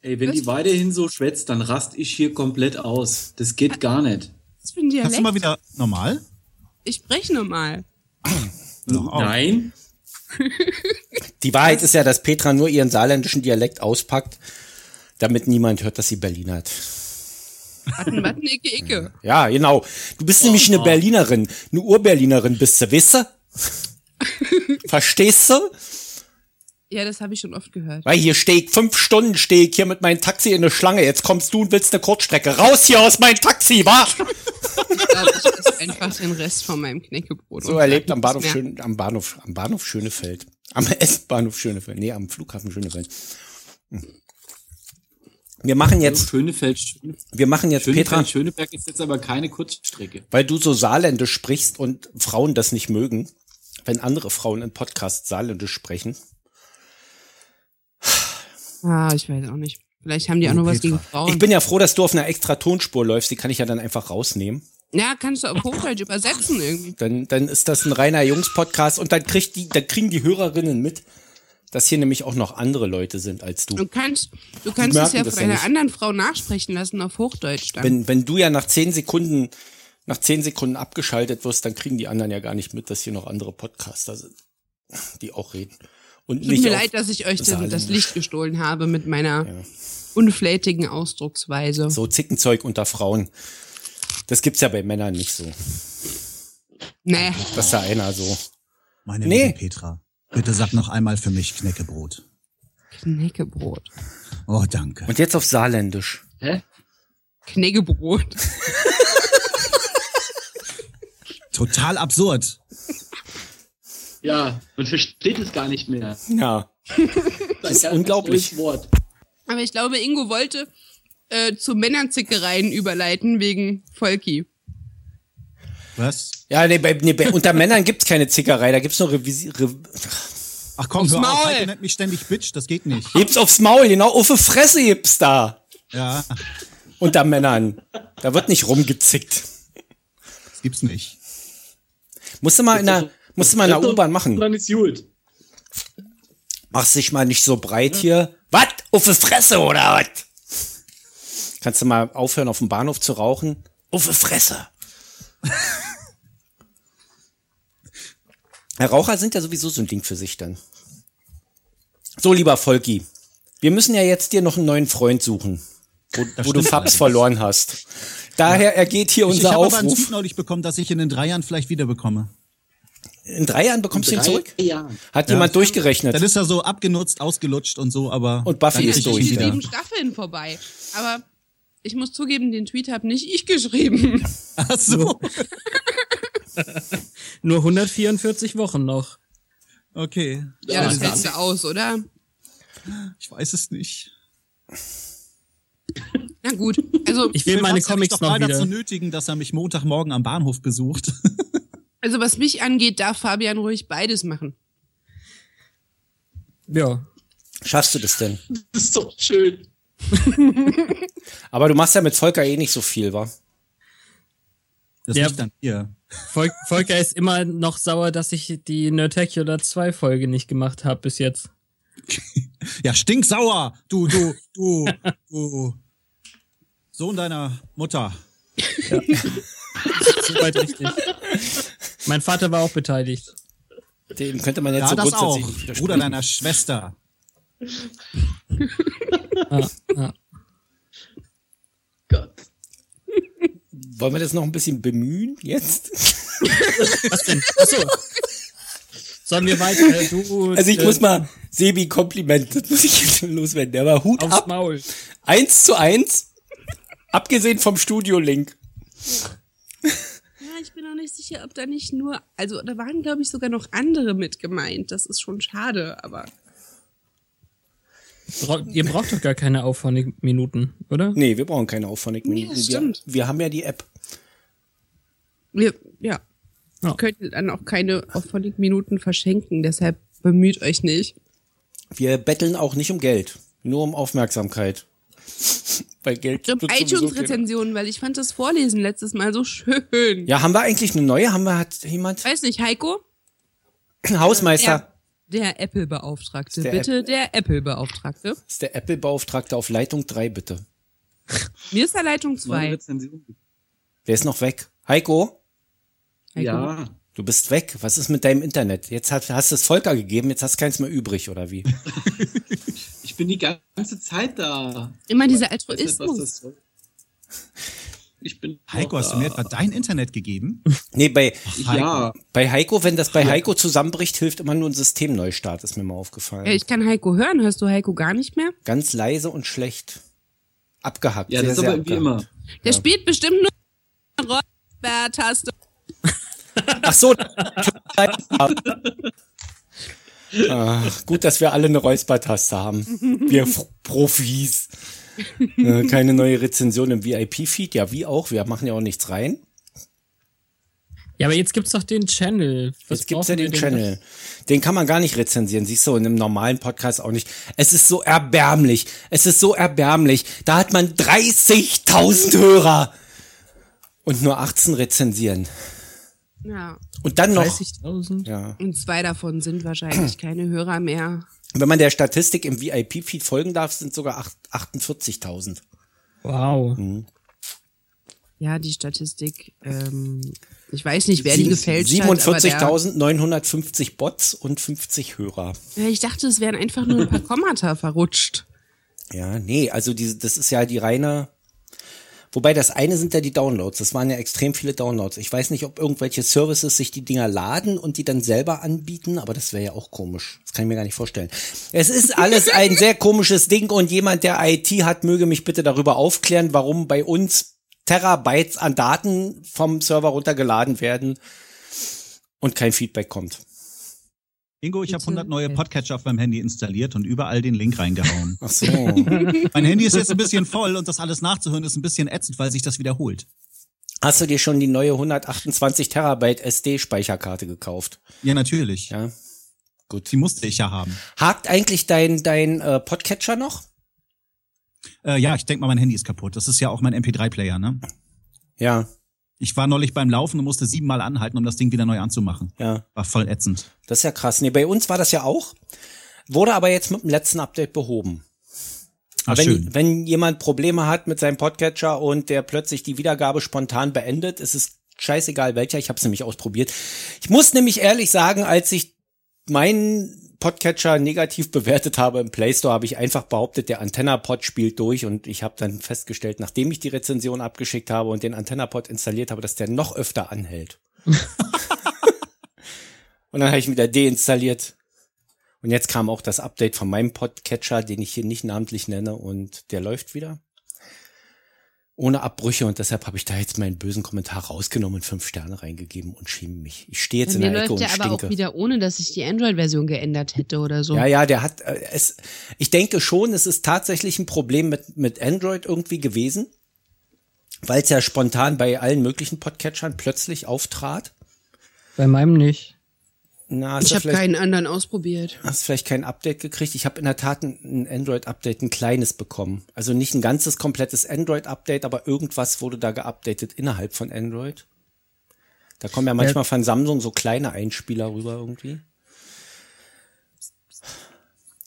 Speaker 6: Ey, wenn die weiterhin so schwätzt, dann rast ich hier komplett aus. Das geht gar nicht.
Speaker 1: Was für ein Dialekt?
Speaker 7: wieder normal?
Speaker 1: Ich spreche normal.
Speaker 7: oh.
Speaker 6: Nein.
Speaker 2: Die
Speaker 6: Also
Speaker 2: Wahrheit ist ja, dass Petra nur ihren saarländischen Dialekt auspackt, damit niemand hört, dass sie Berlin hat.
Speaker 1: Watten, watten, icke, icke.
Speaker 2: Ja, genau. Du
Speaker 6: Oh
Speaker 2: bist nämlich eine Berlinerin, eine Urberlinerin bist du, weißt du? Verstehst du?
Speaker 1: Ja, das habe ich schon oft gehört.
Speaker 2: Weil hier stehe ich, fünf Stunden stehe ich hier mit meinem Taxi in der Schlange. Jetzt kommst du und willst eine Kurzstrecke. Raus hier aus meinem Taxi, wa?
Speaker 1: Aber Also, ich esse einfach den Rest von meinem Knäckebrot.
Speaker 2: So
Speaker 1: und
Speaker 2: erlebt
Speaker 1: sag
Speaker 2: am Bahnhof,
Speaker 1: nichts mehr.
Speaker 2: Schön, am, Bahnhof, am Bahnhof Schönefeld. Am S-Bahnhof Schönefeld. Nee, am Flughafen Schönefeld. Hm. Wir machen jetzt,
Speaker 6: Schönefeld,
Speaker 2: wir machen jetzt
Speaker 6: Schönefeld,
Speaker 2: Petra,
Speaker 6: Schöneberg ist jetzt aber keine Kurzstrecke.
Speaker 2: weil du so saarländisch sprichst und Frauen das nicht mögen, wenn andere Frauen in Podcasts saarländisch sprechen.
Speaker 1: Ah, ich weiß auch nicht. Vielleicht haben die auch noch was gegen Frauen.
Speaker 2: Ich bin ja froh, dass du auf einer extra Tonspur läufst. Die kann ich ja dann einfach rausnehmen.
Speaker 1: ja, kannst du auf Hochdeutsch übersetzen irgendwie.
Speaker 2: Dann, dann ist das ein reiner Jungs-Podcast und dann, kriegt die, dann kriegen die Hörerinnen mit, dass hier nämlich auch noch andere Leute sind als du.
Speaker 1: Du kannst, du kannst
Speaker 2: merken
Speaker 1: es ja
Speaker 2: das
Speaker 1: von
Speaker 2: ja
Speaker 1: einer
Speaker 2: nicht.
Speaker 1: anderen Frau nachsprechen lassen auf Hochdeutsch dann.
Speaker 2: Wenn, wenn du ja nach zehn Sekunden, nach zehn Sekunden abgeschaltet wirst, dann kriegen die anderen ja gar nicht mit, dass hier noch andere Podcaster sind, die auch reden. Und
Speaker 1: Tut
Speaker 2: nicht
Speaker 1: mir
Speaker 2: auf
Speaker 1: leid, dass ich euch das, das
Speaker 2: Saarländisch.
Speaker 1: Licht gestohlen habe mit meiner unflätigen Ausdrucksweise.
Speaker 2: So Zickenzeug unter Frauen. Das gibt's ja bei Männern nicht so.
Speaker 1: Nee.
Speaker 2: Dass da einer so.
Speaker 7: Meine
Speaker 2: Nee.
Speaker 7: liebe Petra, bitte sag noch einmal für mich Knäckebrot.
Speaker 1: Knäckebrot.
Speaker 7: Oh, danke.
Speaker 2: Und jetzt auf Saarländisch.
Speaker 6: Hä?
Speaker 1: Knäckebrot.
Speaker 7: Total absurd.
Speaker 6: Ja, man versteht es gar nicht mehr.
Speaker 2: Ja.
Speaker 6: Das ist
Speaker 2: unglaublich.
Speaker 6: Wort.
Speaker 1: Aber ich glaube, Ingo wollte äh, zu Männerzickereien überleiten wegen Volki.
Speaker 7: Was?
Speaker 2: Ja, nee, bei, nee, bei, unter Männern gibt's keine Zickerei, da gibt's nur Revisi Re
Speaker 7: Ach komm, hör auf, Heike nennt mich ständig Bitch, das geht nicht.
Speaker 2: Heb's aufs Maul, genau, auf die Fresse heb's da.
Speaker 7: Ja.
Speaker 2: Unter Männern. Da wird nicht rumgezickt. Das
Speaker 7: gibt's nicht.
Speaker 2: Musst du mal in der, musst du mal in der U-Bahn machen.
Speaker 6: Dann ist gut.
Speaker 2: Machst dich mal nicht so breit hier. Hm. Was? Auf die Fresse oder was? Kannst du mal aufhören, auf dem Bahnhof zu rauchen? Auf die Fresse. Herr Raucher sind ja sowieso so ein Ding für sich dann. So, lieber Volki, wir müssen ja jetzt dir noch einen neuen Freund suchen, wo, wo du
Speaker 7: stimmt
Speaker 2: Fabs
Speaker 7: allerdings.
Speaker 2: verloren hast. Daher ergeht hier
Speaker 7: Ich, ich
Speaker 2: unser
Speaker 7: habe aber einen
Speaker 2: Aufruf.
Speaker 7: Tweet neulich bekommen, dass ich ihn in drei Jahren vielleicht wieder bekomme.
Speaker 2: In drei Jahren bekommst du ihn zurück? Hat
Speaker 7: Ja.
Speaker 2: jemand durchgerechnet?
Speaker 7: Dann ist er so abgenutzt, ausgelutscht und so, aber.
Speaker 2: Und Buffy
Speaker 7: dann
Speaker 2: ist
Speaker 7: krieg ich
Speaker 2: durch.
Speaker 7: ihn wieder.
Speaker 1: Sieben Staffeln vorbei. Aber ich muss zugeben, den Tweet habe nicht ich geschrieben.
Speaker 7: Ach so.
Speaker 8: Nur 144 Wochen noch.
Speaker 7: Okay.
Speaker 1: Ja, das hältst du aus, oder?
Speaker 7: Ich weiß es nicht.
Speaker 1: Na gut. Also,
Speaker 8: Ich will meine
Speaker 7: Sebastian,
Speaker 8: Comics
Speaker 7: mich
Speaker 8: noch
Speaker 7: doch mal
Speaker 8: wieder.
Speaker 7: dazu nötigen, dass er mich Montagmorgen am Bahnhof besucht.
Speaker 1: also was mich angeht, darf Fabian ruhig beides machen.
Speaker 8: Ja.
Speaker 2: Schaffst du das denn?
Speaker 6: Das ist doch schön.
Speaker 2: Aber du machst ja mit Volker eh nicht so viel, wa?
Speaker 7: Das
Speaker 8: Ja.
Speaker 7: liegt an ihr.
Speaker 8: Vol Volker ist immer noch sauer, dass ich die Nerdtacula 2 Folge nicht gemacht habe bis jetzt.
Speaker 7: Ja, stinksauer! Du, du, du, du. Sohn deiner Mutter.
Speaker 8: Soweit richtig. Mein Vater war auch beteiligt.
Speaker 2: Dem könnte man jetzt
Speaker 7: Ja,
Speaker 2: so
Speaker 7: das auch.
Speaker 2: grundsätzlich nicht widersprechen.
Speaker 7: Bruder deiner Schwester.
Speaker 2: Wollen wir das noch ein bisschen bemühen jetzt?
Speaker 8: Was denn? Achso. Sollen wir weiter? Du,
Speaker 2: Also ich
Speaker 8: äh,
Speaker 2: muss mal Sebi Kompliment, das muss ich jetzt schon loswerden. Der war Hut
Speaker 8: Aufs
Speaker 2: ab.
Speaker 8: Maul.
Speaker 2: Eins zu eins. Abgesehen vom Studio-Link.
Speaker 1: Ja, ich bin auch nicht sicher, ob da nicht nur, also da waren glaube ich sogar noch andere mit gemeint. Das ist schon schade, aber
Speaker 8: Bra ihr braucht doch gar keine aufwendigen Minuten, oder?
Speaker 2: Nee, wir brauchen keine aufwendigen
Speaker 1: Nee, das
Speaker 2: Minuten.
Speaker 1: stimmt.
Speaker 2: Wir, wir haben ja die App.
Speaker 1: wir, ja,
Speaker 8: wir
Speaker 1: könnten dann auch keine aufwendigen Minuten verschenken. Deshalb bemüht euch nicht.
Speaker 2: Wir betteln auch nicht um Geld, nur um Aufmerksamkeit. Weil Geld
Speaker 1: Ich
Speaker 2: wird sowieso keiner.
Speaker 1: iTunes-Rezensionen, weil ich fand das Vorlesen letztes Mal so schön.
Speaker 2: Ja, haben wir eigentlich eine neue? Haben wir hat jemand?
Speaker 1: Weiß nicht, Heiko?
Speaker 6: Äh,
Speaker 2: Hausmeister.
Speaker 1: Der, der Apple-Beauftragte.
Speaker 2: Der
Speaker 1: Bitte
Speaker 2: App-
Speaker 1: der Apple-Beauftragte.
Speaker 2: Ist der Apple-Beauftragte auf Leitung 3, bitte.
Speaker 1: Mir ist da Leitung 2.
Speaker 2: Wer ist noch weg? Heiko?
Speaker 1: Heiko? Ja.
Speaker 2: Du bist weg. Was ist mit deinem Internet? Jetzt hast, hast du es Volker gegeben, jetzt hast keins mehr übrig, oder wie?
Speaker 6: Ich bin die ganze Zeit da.
Speaker 1: Immer dieser
Speaker 6: Ich weiß nicht, was das
Speaker 1: Altruismus.
Speaker 6: soll. Ich bin
Speaker 7: Heiko, hast du mir etwa dein Internet gegeben?
Speaker 2: Nee, bei,
Speaker 7: Heiko.
Speaker 6: Ja.
Speaker 2: bei Heiko, wenn das bei Heiko zusammenbricht, hilft immer nur ein Systemneustart, ist mir mal aufgefallen.
Speaker 1: Ja, ich kann Heiko hören. Hörst du Heiko gar nicht mehr?
Speaker 2: Ganz leise und schlecht. Abgehackt.
Speaker 6: Ja, das ist aber wie immer.
Speaker 1: Der spielt bestimmt nur Rollsperr-Taste.
Speaker 2: Ach so. Ach, gut, dass wir alle eine Räuspertaste haben. Wir F Profis. Äh, keine neue Rezension im VIP-Feed. Ja, wie auch. Wir machen ja auch nichts rein.
Speaker 8: Ja, aber jetzt gibt's doch den Channel. Was
Speaker 2: Jetzt gibt's ja
Speaker 8: brauchen wir
Speaker 2: den
Speaker 8: denn?
Speaker 2: Channel. Den kann man gar nicht rezensieren, siehst du, in einem normalen Podcast auch nicht. Es ist so erbärmlich. Es ist so erbärmlich. Da hat man 30.000 Hörer und nur 18 rezensieren.
Speaker 1: Ja.
Speaker 2: Und dann noch.
Speaker 8: 30.000?
Speaker 2: Ja.
Speaker 1: Und zwei davon sind wahrscheinlich keine Hörer mehr.
Speaker 2: Wenn man der Statistik im VIP-Feed folgen darf, sind sogar acht- 48.000.
Speaker 8: Wow.
Speaker 2: Mhm.
Speaker 1: Ja, die Statistik, ähm, ich weiß nicht, wer die
Speaker 2: Sieben-
Speaker 1: gefälscht hat. aber
Speaker 2: 47.950 Bots und 50 Hörer.
Speaker 1: der- Ja, Ich dachte, es wären einfach nur ein paar Kommata verrutscht.
Speaker 2: Ja, nee, also diese, das ist ja die reine. Wobei das eine sind ja die Downloads. Das waren ja extrem viele Downloads. Ich weiß nicht, ob irgendwelche Services sich die Dinger laden und die dann selber anbieten, aber das wäre ja auch komisch. Das kann ich mir gar nicht vorstellen. Es ist alles ein sehr komisches Ding und jemand, der IT hat, möge mich bitte darüber aufklären, warum bei uns Terabytes an Daten vom Server runtergeladen werden und kein Feedback kommt.
Speaker 7: Ingo, ich habe 100 neue Podcatcher auf meinem Handy installiert und überall den Link reingehauen.
Speaker 2: Ach so.
Speaker 7: mein Handy ist jetzt ein bisschen voll und das alles nachzuhören ist ein bisschen ätzend, weil sich das wiederholt.
Speaker 2: Hast du dir schon die neue 128 Terabyte SD-Speicherkarte gekauft?
Speaker 7: Ja, natürlich.
Speaker 2: Ja. Gut.
Speaker 7: Die musste ich ja haben.
Speaker 2: Hakt eigentlich dein, dein äh, Podcatcher noch?
Speaker 7: Äh, ja, ich denk mal, mein Handy ist kaputt. Das ist ja auch mein MP3-Player, ne?
Speaker 2: Ja.
Speaker 7: Ich war neulich beim Laufen und musste siebenmal anhalten, um das Ding wieder neu anzumachen.
Speaker 2: Ja.
Speaker 7: War voll ätzend.
Speaker 2: Das ist ja krass. Nee, bei uns war das ja auch. Wurde aber jetzt mit dem letzten Update behoben.
Speaker 7: Ah,
Speaker 2: wenn,
Speaker 7: schön.
Speaker 2: wenn jemand Probleme hat mit seinem Podcatcher und der plötzlich die Wiedergabe spontan beendet, ist es scheißegal welcher. Ich habe es nämlich ausprobiert. Ich muss nämlich ehrlich sagen, als ich meinen Podcatcher negativ bewertet habe im Play Store, habe ich einfach behauptet, der Antenna-Pod spielt durch und ich habe dann festgestellt, nachdem ich die Rezension abgeschickt habe und den Antenna-Pod installiert habe, dass der noch öfter anhält. Und dann habe ich ihn wieder deinstalliert. Und jetzt kam auch das Update von meinem Podcatcher, den ich hier nicht namentlich nenne, und der läuft wieder. Ohne Abbrüche und deshalb habe ich da jetzt meinen bösen Kommentar rausgenommen und fünf Sterne reingegeben und schäme mich. Ich stehe jetzt
Speaker 1: Bei
Speaker 2: in
Speaker 1: mir
Speaker 2: der
Speaker 1: läuft
Speaker 2: Ecke und
Speaker 1: der aber auch
Speaker 2: stinke.
Speaker 1: wieder ohne, dass ich die Android-Version geändert hätte oder so.
Speaker 2: Ja, ja, der hat äh, es. Ich denke schon, es ist tatsächlich ein Problem mit mit Android irgendwie gewesen, weil es ja spontan bei allen möglichen Podcatchern plötzlich auftrat.
Speaker 8: Bei meinem nicht.
Speaker 2: Na, ist
Speaker 1: ich
Speaker 2: ja
Speaker 1: habe
Speaker 2: vielleicht-
Speaker 1: keinen anderen ausprobiert.
Speaker 2: Hast vielleicht kein Update gekriegt? Ich habe in der Tat ein- ein Android-Update, ein kleines bekommen. Also nicht ein ganzes, komplettes Android-Update, aber irgendwas wurde da geupdatet innerhalb von Android. Da kommen ja manchmal von Samsung so kleine Einspieler rüber irgendwie.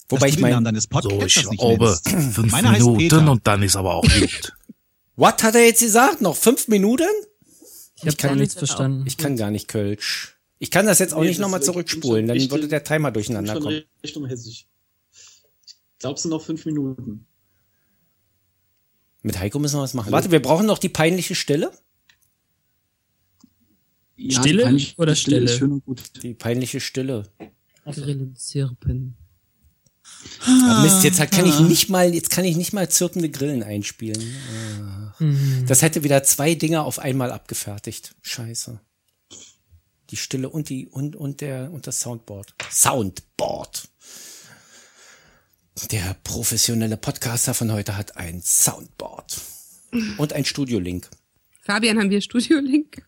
Speaker 2: Wobei
Speaker 7: Hast
Speaker 2: ich
Speaker 7: du den Namen
Speaker 2: meine,
Speaker 7: deines Podcasts
Speaker 14: So, ich
Speaker 7: nicht
Speaker 14: glaube,
Speaker 7: nennst.
Speaker 14: fünf
Speaker 7: Meiner heißt
Speaker 14: Minuten
Speaker 7: Peter.
Speaker 14: und dann ist aber auch gut.
Speaker 2: what hat er jetzt gesagt? Noch fünf Minuten? Ich,
Speaker 8: hab gar nichts verstanden.
Speaker 2: Ich
Speaker 7: Mhm.
Speaker 2: kann gar nicht Kölsch. Ich kann das jetzt auch
Speaker 6: Nee,
Speaker 2: nicht nochmal
Speaker 6: deswegen- ich bin schon
Speaker 2: zurückspulen, dann
Speaker 6: richtig-
Speaker 2: würde der Timer durcheinander
Speaker 6: Schon
Speaker 2: kommen.
Speaker 6: Richtung Hessisch. Ich glaube, es sind noch fünf Minuten.
Speaker 2: Mit Heiko müssen wir was machen. Warte, wir brauchen noch die peinliche Stille. Ja,
Speaker 8: Stille
Speaker 2: die peinliche
Speaker 8: oder
Speaker 2: Stille
Speaker 8: Stelle?
Speaker 2: ist schön und gut. Die peinliche Stille.
Speaker 1: Grillen zirpen.
Speaker 2: Oh Mist, jetzt hat- kann ich
Speaker 1: Ah.
Speaker 2: nicht mal, jetzt kann ich nicht mal zirpende Grillen einspielen. Ah.
Speaker 1: Hm.
Speaker 2: Das hätte wieder zwei Dinge auf einmal abgefertigt. Scheiße. Die Stille und die und und der und das Soundboard. Soundboard. Der professionelle Podcaster von heute hat ein Soundboard und ein Studiolink.
Speaker 1: Fabian, haben wir Studio-Link?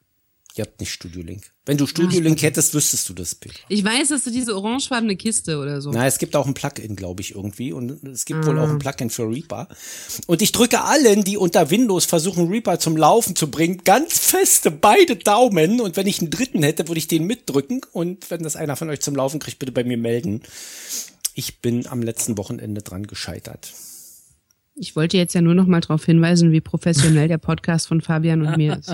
Speaker 2: Ihr habt nicht Studiolink. Wenn du Studiolink hättest, wüsstest du das. Peter.
Speaker 1: Ich weiß, dass du diese orangefarbene Kiste oder so.
Speaker 2: Na, es gibt auch ein Plugin, glaube ich, irgendwie. Und es gibt
Speaker 1: Ah.
Speaker 2: wohl auch ein Plugin für Reaper. Und ich drücke allen, die unter Windows versuchen, Reaper zum Laufen zu bringen, ganz feste beide Daumen. Und wenn ich einen dritten hätte, würde ich den mitdrücken. Und wenn das einer von euch zum Laufen kriegt, bitte bei mir melden. Ich bin am letzten Wochenende dran gescheitert.
Speaker 1: Ich wollte jetzt ja nur noch mal darauf hinweisen, wie professionell der Podcast von Fabian und mir ist.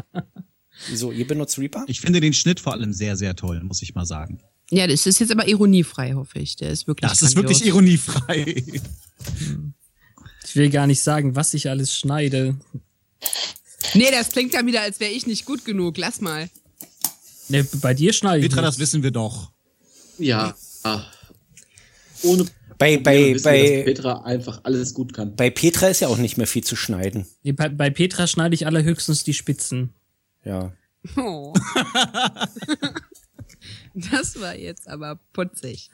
Speaker 2: So, ihr benutzt Reaper?
Speaker 7: Ich finde den Schnitt vor allem sehr, sehr toll, muss ich mal sagen.
Speaker 1: Ja, das ist jetzt aber ironiefrei, hoffe ich. Der ist wirklich.
Speaker 7: Das ist
Speaker 1: grandios.
Speaker 7: wirklich ironiefrei.
Speaker 8: Ich will gar nicht sagen, was ich alles schneide.
Speaker 1: Nee, das klingt dann wieder, als wäre ich nicht gut genug. Lass mal.
Speaker 8: Ne, bei dir schneide ich.
Speaker 7: Petra,
Speaker 8: nicht.
Speaker 7: das wissen wir doch.
Speaker 6: Ja. Ohne
Speaker 2: bei,
Speaker 6: Probleme
Speaker 2: bei,
Speaker 6: wissen wir, dass
Speaker 2: bei,
Speaker 6: Petra einfach alles gut kann.
Speaker 2: bei Petra ist ja auch nicht mehr viel zu schneiden.
Speaker 8: Nee, bei, bei Petra schneide ich allerhöchstens die Spitzen.
Speaker 2: Ja.
Speaker 1: Oh. das war jetzt aber putzig.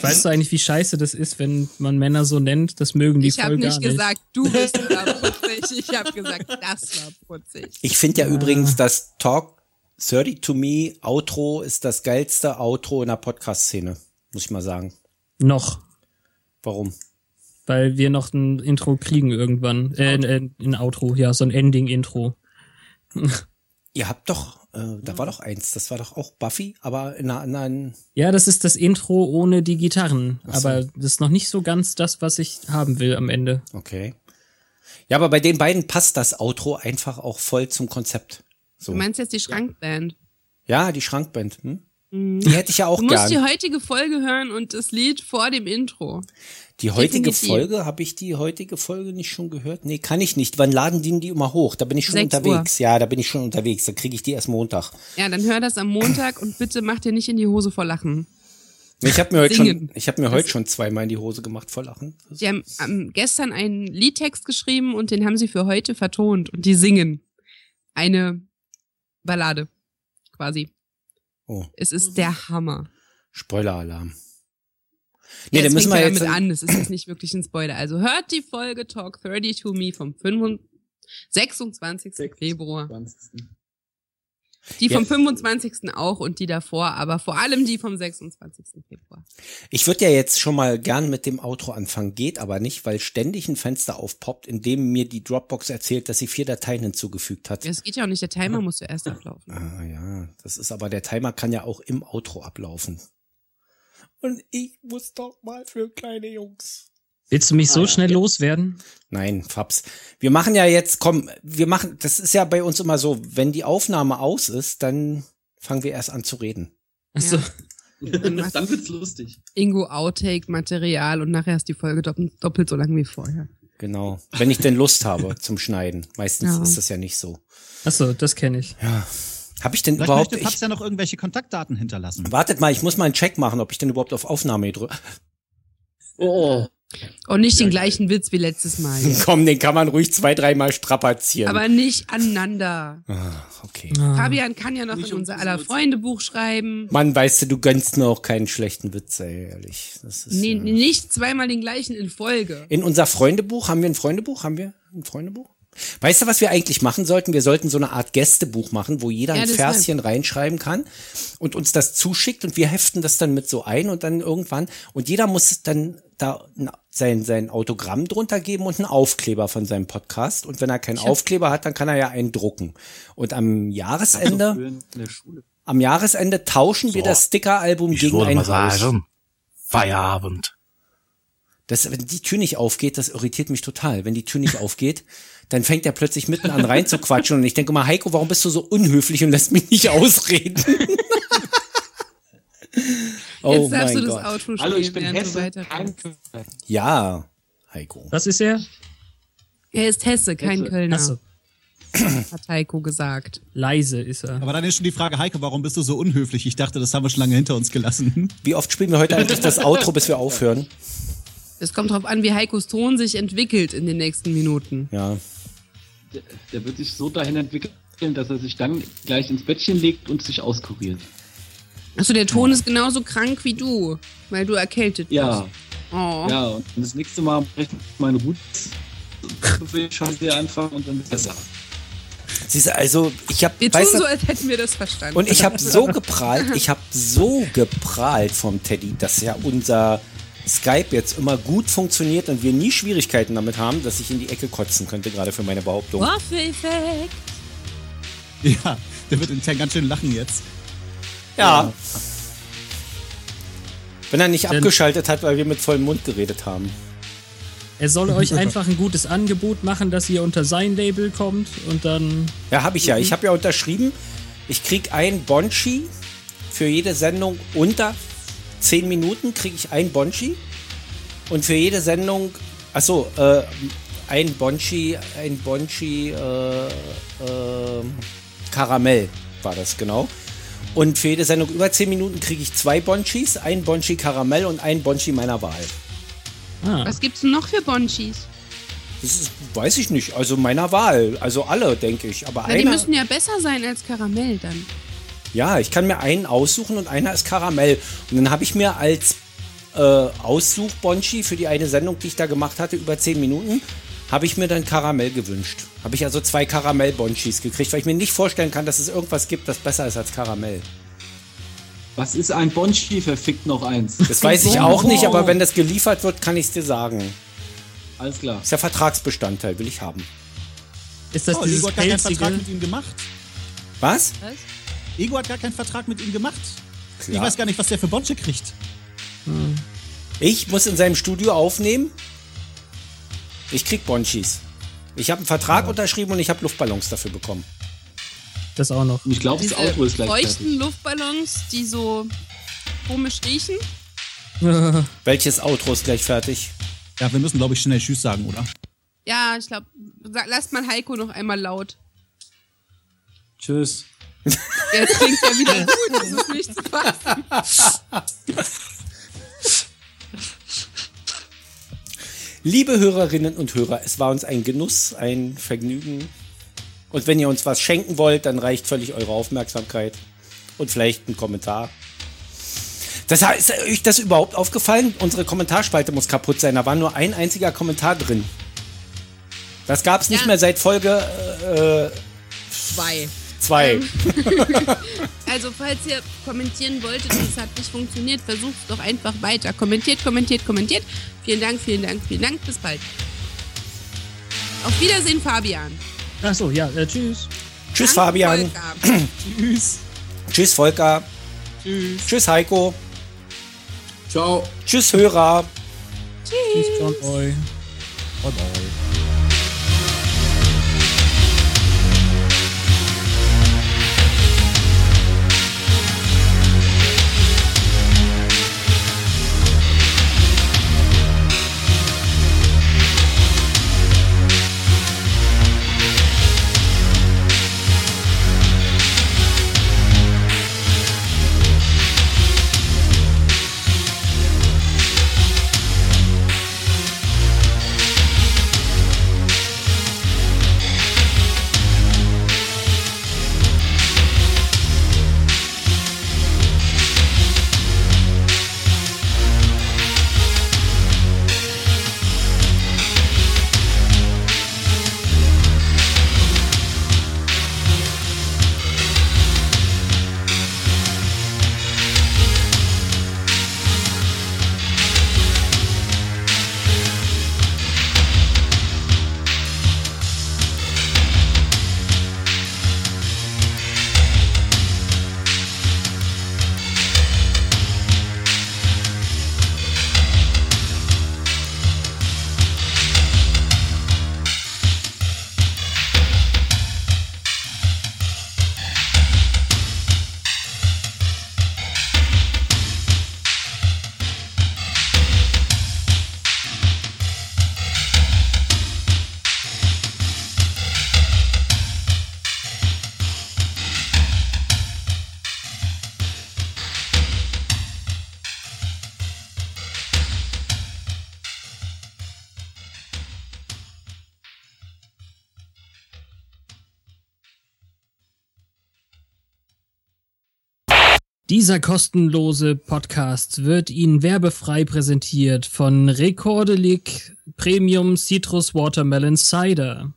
Speaker 8: Weißt du eigentlich, wie scheiße das ist, wenn man Männer so nennt? Das mögen die
Speaker 1: ich
Speaker 8: voll
Speaker 1: habe
Speaker 8: gar
Speaker 1: nicht
Speaker 8: nicht.
Speaker 1: gesagt, du bist da putzig. Ich habe gesagt, das war putzig.
Speaker 2: Ich finde ja, übrigens, das Talk 30 to Me Outro ist das geilste Outro in der Podcast-Szene, muss ich mal sagen.
Speaker 8: Noch.
Speaker 2: Warum?
Speaker 8: Weil wir noch ein Intro kriegen irgendwann. Äh, äh, ein Outro, ja, so ein Ending-Intro.
Speaker 2: Ihr habt doch, äh, da war doch eins, das war doch auch Buffy, aber in einer anderen.
Speaker 8: Ja, das ist das Intro ohne die Gitarren.
Speaker 2: Ach so.
Speaker 8: Aber das ist noch nicht so ganz das, was ich haben will am Ende.
Speaker 2: Okay. Ja, aber bei den beiden passt das Outro einfach auch voll zum Konzept. So.
Speaker 1: Du meinst jetzt die Schrankband?
Speaker 2: Ja, die Schrankband. Hm?
Speaker 1: Mhm.
Speaker 2: Die hätte ich ja auch
Speaker 1: Du musst die
Speaker 2: gern.
Speaker 1: heutige Folge hören und das Lied vor dem Intro.
Speaker 2: Die heutige
Speaker 1: definitiv.
Speaker 2: Folge, habe ich die heutige Folge nicht schon gehört? Nee, kann ich nicht. Wann laden die denn die immer hoch? Da bin ich schon
Speaker 1: 6 Uhr.
Speaker 2: unterwegs. Ja, da bin ich schon unterwegs. Da kriege ich die erst Montag.
Speaker 1: Ja, dann hör das am Montag und bitte mach dir nicht in die Hose vor Lachen.
Speaker 2: Ich habe mir heute
Speaker 1: Singen.
Speaker 2: schon, ich habe mir heute schon zweimal in die Hose gemacht vor Lachen.
Speaker 1: Die haben ähm, gestern einen Liedtext geschrieben und den haben sie für heute vertont und die singen. Eine Ballade. Quasi.
Speaker 2: Oh.
Speaker 1: Es ist der Hammer.
Speaker 2: Spoiler-Alarm.
Speaker 1: Nee,
Speaker 2: Nee,
Speaker 1: ja,
Speaker 2: dann
Speaker 1: das
Speaker 2: müssen
Speaker 1: fängt
Speaker 2: wir
Speaker 1: ja
Speaker 2: jetzt.
Speaker 1: damit an. Das ist jetzt nicht wirklich ein Spoiler. Also hört die Folge Talk 30 to Me vom 25 26. Februar. Die vom
Speaker 2: Ja.
Speaker 1: 25. auch und die davor, aber vor allem die vom 26. Februar.
Speaker 2: Ich würde ja jetzt schon mal gern mit dem Outro anfangen, geht aber nicht, weil ständig ein Fenster aufpoppt, in dem mir die Dropbox erzählt, dass sie vier Dateien hinzugefügt hat.
Speaker 1: Das geht ja auch nicht. Der Timer muss ja erst ablaufen.
Speaker 2: Ah ja, das ist aber der Timer kann ja auch im Outro ablaufen. Und ich muss doch mal für kleine Jungs.
Speaker 8: Willst du mich so schnell loswerden?
Speaker 2: Nein, Fabs. Wir machen ja jetzt, komm, wir machen, das ist ja bei uns immer so, wenn die Aufnahme aus ist, dann fangen wir erst an zu reden.
Speaker 8: Achso.
Speaker 6: Dann wird's lustig.
Speaker 1: Ingo Outtake, Material und nachher ist die Folge doppelt, doppelt so lang wie vorher.
Speaker 2: Genau. Wenn ich denn Lust habe zum Schneiden. Meistens
Speaker 1: Ja.
Speaker 2: ist das ja nicht so.
Speaker 8: Achso, das kenne ich.
Speaker 2: Ja. Habe ich denn
Speaker 7: Vielleicht
Speaker 2: überhaupt.
Speaker 7: möchte Fabs
Speaker 2: Ich,
Speaker 7: ja noch irgendwelche Kontaktdaten hinterlassen.
Speaker 2: wartet mal, ich muss mal einen Check machen, ob ich denn überhaupt auf Aufnahme drücke.
Speaker 6: Oh.
Speaker 1: Und nicht den gleichen Witz wie letztes Mal. jetzt.
Speaker 2: Komm, den kann man ruhig zwei, dreimal strapazieren.
Speaker 1: aber nicht aneinander.
Speaker 2: Ah, okay.
Speaker 1: Fabian kann ja noch in unser aller Freunde Buch schreiben.
Speaker 2: Mann, weißt du, du gönnst mir auch keinen schlechten Witz, ey, ehrlich. Das ist,
Speaker 1: Nee,
Speaker 2: ja.
Speaker 1: nicht zweimal den gleichen in Folge.
Speaker 2: In unser Freundebuch, haben wir ein Freundebuch? Haben wir ein Freundebuch? Weißt du, was wir eigentlich machen sollten? Wir sollten so eine Art Gästebuch machen, wo jeder
Speaker 1: Ja,
Speaker 2: ein
Speaker 1: das
Speaker 2: Verschen reinschreiben kann und uns das zuschickt und wir heften das dann mit so ein und dann irgendwann und jeder muss dann da ein- sein, sein Autogramm drunter geben und einen Aufkleber von seinem Podcast und wenn er keinen Aufkleber hat, dann kann er ja einen drucken. Und am Jahresende, am Jahresende tauschen wir das Stickeralbum
Speaker 14: Ich
Speaker 2: gegen
Speaker 14: würde
Speaker 2: ein
Speaker 14: mal
Speaker 2: Haus.
Speaker 14: sagen, Feierabend.
Speaker 2: Das, wenn die Tür nicht aufgeht, das irritiert mich total. Wenn die Tür nicht aufgeht, dann fängt er plötzlich mitten an rein zu quatschen und ich denke mal, Heiko, warum bist du so unhöflich und lässt mich nicht ausreden? oh
Speaker 1: Jetzt darfst
Speaker 2: mein
Speaker 1: du das
Speaker 2: Gott.
Speaker 1: Outro spielen,
Speaker 6: Hallo, ich bin
Speaker 1: während du
Speaker 6: Hesse.
Speaker 1: weiter.
Speaker 2: Ja, Heiko.
Speaker 8: Was ist er?
Speaker 1: Er ist Hesse, kein Kölner.
Speaker 8: Achso.
Speaker 1: hat Heiko gesagt.
Speaker 8: Leise ist er.
Speaker 7: Aber dann ist schon die Frage, Heike, warum bist du so unhöflich? Ich dachte, das haben wir schon lange hinter uns gelassen.
Speaker 2: Wie oft spielen wir heute eigentlich das Outro, bis wir aufhören?
Speaker 1: Es kommt darauf an, wie Heikos Ton sich entwickelt in den nächsten Minuten.
Speaker 2: Ja.
Speaker 15: Der, der wird sich so dahin entwickeln, dass er sich dann gleich ins Bettchen legt und sich auskuriert.
Speaker 1: Achso, der Ton ist genauso krank wie du, weil du erkältet
Speaker 15: Ja.
Speaker 1: bist. Oh.
Speaker 15: Ja, und das nächste Mal breche ich meinen Hut. will ich schon sehr anfangen und dann ist besser.
Speaker 2: Siehst du, also ich habe
Speaker 1: Wir tun so, als hätten wir das verstanden.
Speaker 2: und ich habe so geprahlt, ich habe so geprahlt vom Teddy, dass ja unser Skype jetzt immer gut funktioniert und wir nie Schwierigkeiten damit haben, dass ich in die Ecke kotzen könnte, gerade für meine Behauptung.
Speaker 1: Waffeffekt.
Speaker 7: Ja, der wird intern ganz schön lachen jetzt.
Speaker 2: Ja. Wenn er nicht abgeschaltet hat, weil wir mit vollem Mund geredet haben.
Speaker 8: Er soll euch einfach ein gutes Angebot machen, dass ihr unter sein Label kommt und dann.
Speaker 2: Ja, habe ich ja.
Speaker 1: Mhm.
Speaker 2: Ich habe ja unterschrieben, ich krieg ein Bonchi für jede Sendung unter 10 Minuten kriege ich ein Bonchi und für jede Sendung, achso, äh, ein Bonchi, ein Bonchi, äh, äh, Karamell war das genau. Und für jede Sendung über 10 Minuten kriege ich zwei Bonchis, ein Bonchi Karamell und ein Bonchi meiner Wahl.
Speaker 1: Was gibt's denn noch für Bonchis?
Speaker 2: Das ist, weiß ich nicht, also meiner Wahl, also alle, denke ich. Aber
Speaker 1: Weil die
Speaker 2: einer,
Speaker 1: müssen ja besser sein als Karamell dann.
Speaker 2: Ja, ich kann mir einen aussuchen und einer ist Karamell. Und dann habe ich mir als äh, Aussuch-Bonchi für die eine Sendung, die ich da gemacht hatte, über 10 Minuten, habe ich mir dann Karamell gewünscht. Habe ich also zwei Karamell-Bonchis gekriegt, weil ich mir nicht vorstellen kann, dass es irgendwas gibt, das besser ist als Karamell.
Speaker 15: Was ist ein Bonchi? Verfickt noch eins.
Speaker 2: Das weiß ich auch nicht, aber wenn das geliefert wird, kann ich es dir sagen.
Speaker 15: Alles klar.
Speaker 2: Ist ja Vertragsbestandteil, will ich haben.
Speaker 8: Ist
Speaker 7: oh, Ego hat gar keinen Vertrag mit ihm gemacht.
Speaker 2: Was?
Speaker 7: Ego hat gar keinen Vertrag mit ihm gemacht. Ich
Speaker 2: Klar.
Speaker 7: weiß gar nicht, was der für Bonche kriegt.
Speaker 2: Ich muss in seinem Studio aufnehmen. Ich krieg Bonchis. Ich habe einen Vertrag unterschrieben und ich habe Luftballons dafür bekommen.
Speaker 8: Das auch noch.
Speaker 15: Ich glaube, das Auto ist gleich fertig.
Speaker 1: Feuchten Luftballons, die so komisch riechen.
Speaker 2: Welches Outro ist gleich fertig?
Speaker 7: Ja, wir müssen, glaube ich, schnell Tschüss sagen, oder?
Speaker 1: Ja, ich glaube, lasst mal Heiko noch einmal laut.
Speaker 15: Tschüss.
Speaker 1: Der trinkt ja wieder gut, das ist nicht zu fassen.
Speaker 2: Liebe Hörerinnen und Hörer, es war uns ein Genuss, ein Vergnügen. Und wenn ihr uns was schenken wollt, dann reicht völlig eure Aufmerksamkeit und vielleicht ein Kommentar. Das heißt, ist euch das überhaupt aufgefallen? Unsere Kommentarspalte muss kaputt sein. Da war nur ein einziger Kommentar drin. Das gab es nicht mehr seit Folge 2. Äh,
Speaker 1: Zwei.
Speaker 2: zwei.
Speaker 1: Ähm, Also, falls ihr kommentieren wolltet und es hat nicht funktioniert, versucht es doch einfach weiter. Kommentiert, kommentiert, kommentiert. Vielen Dank, vielen Dank, vielen Dank. Bis bald. Auf Wiedersehen, Fabian.
Speaker 8: Achso, ja, äh, tschüss.
Speaker 2: Tschüss,
Speaker 1: Danke,
Speaker 2: Fabian.
Speaker 1: Volker.
Speaker 8: Tschüss.
Speaker 2: Tschüss, Volker.
Speaker 8: Tschüss.
Speaker 2: Tschüss, Heiko.
Speaker 15: Ciao.
Speaker 2: Tschüss, Hörer.
Speaker 8: Tschüss, John Boy.
Speaker 2: Bye bye.
Speaker 8: Dieser kostenlose Podcast wird Ihnen werbefrei präsentiert von Recordelic Premium Citrus Watermelon Cider.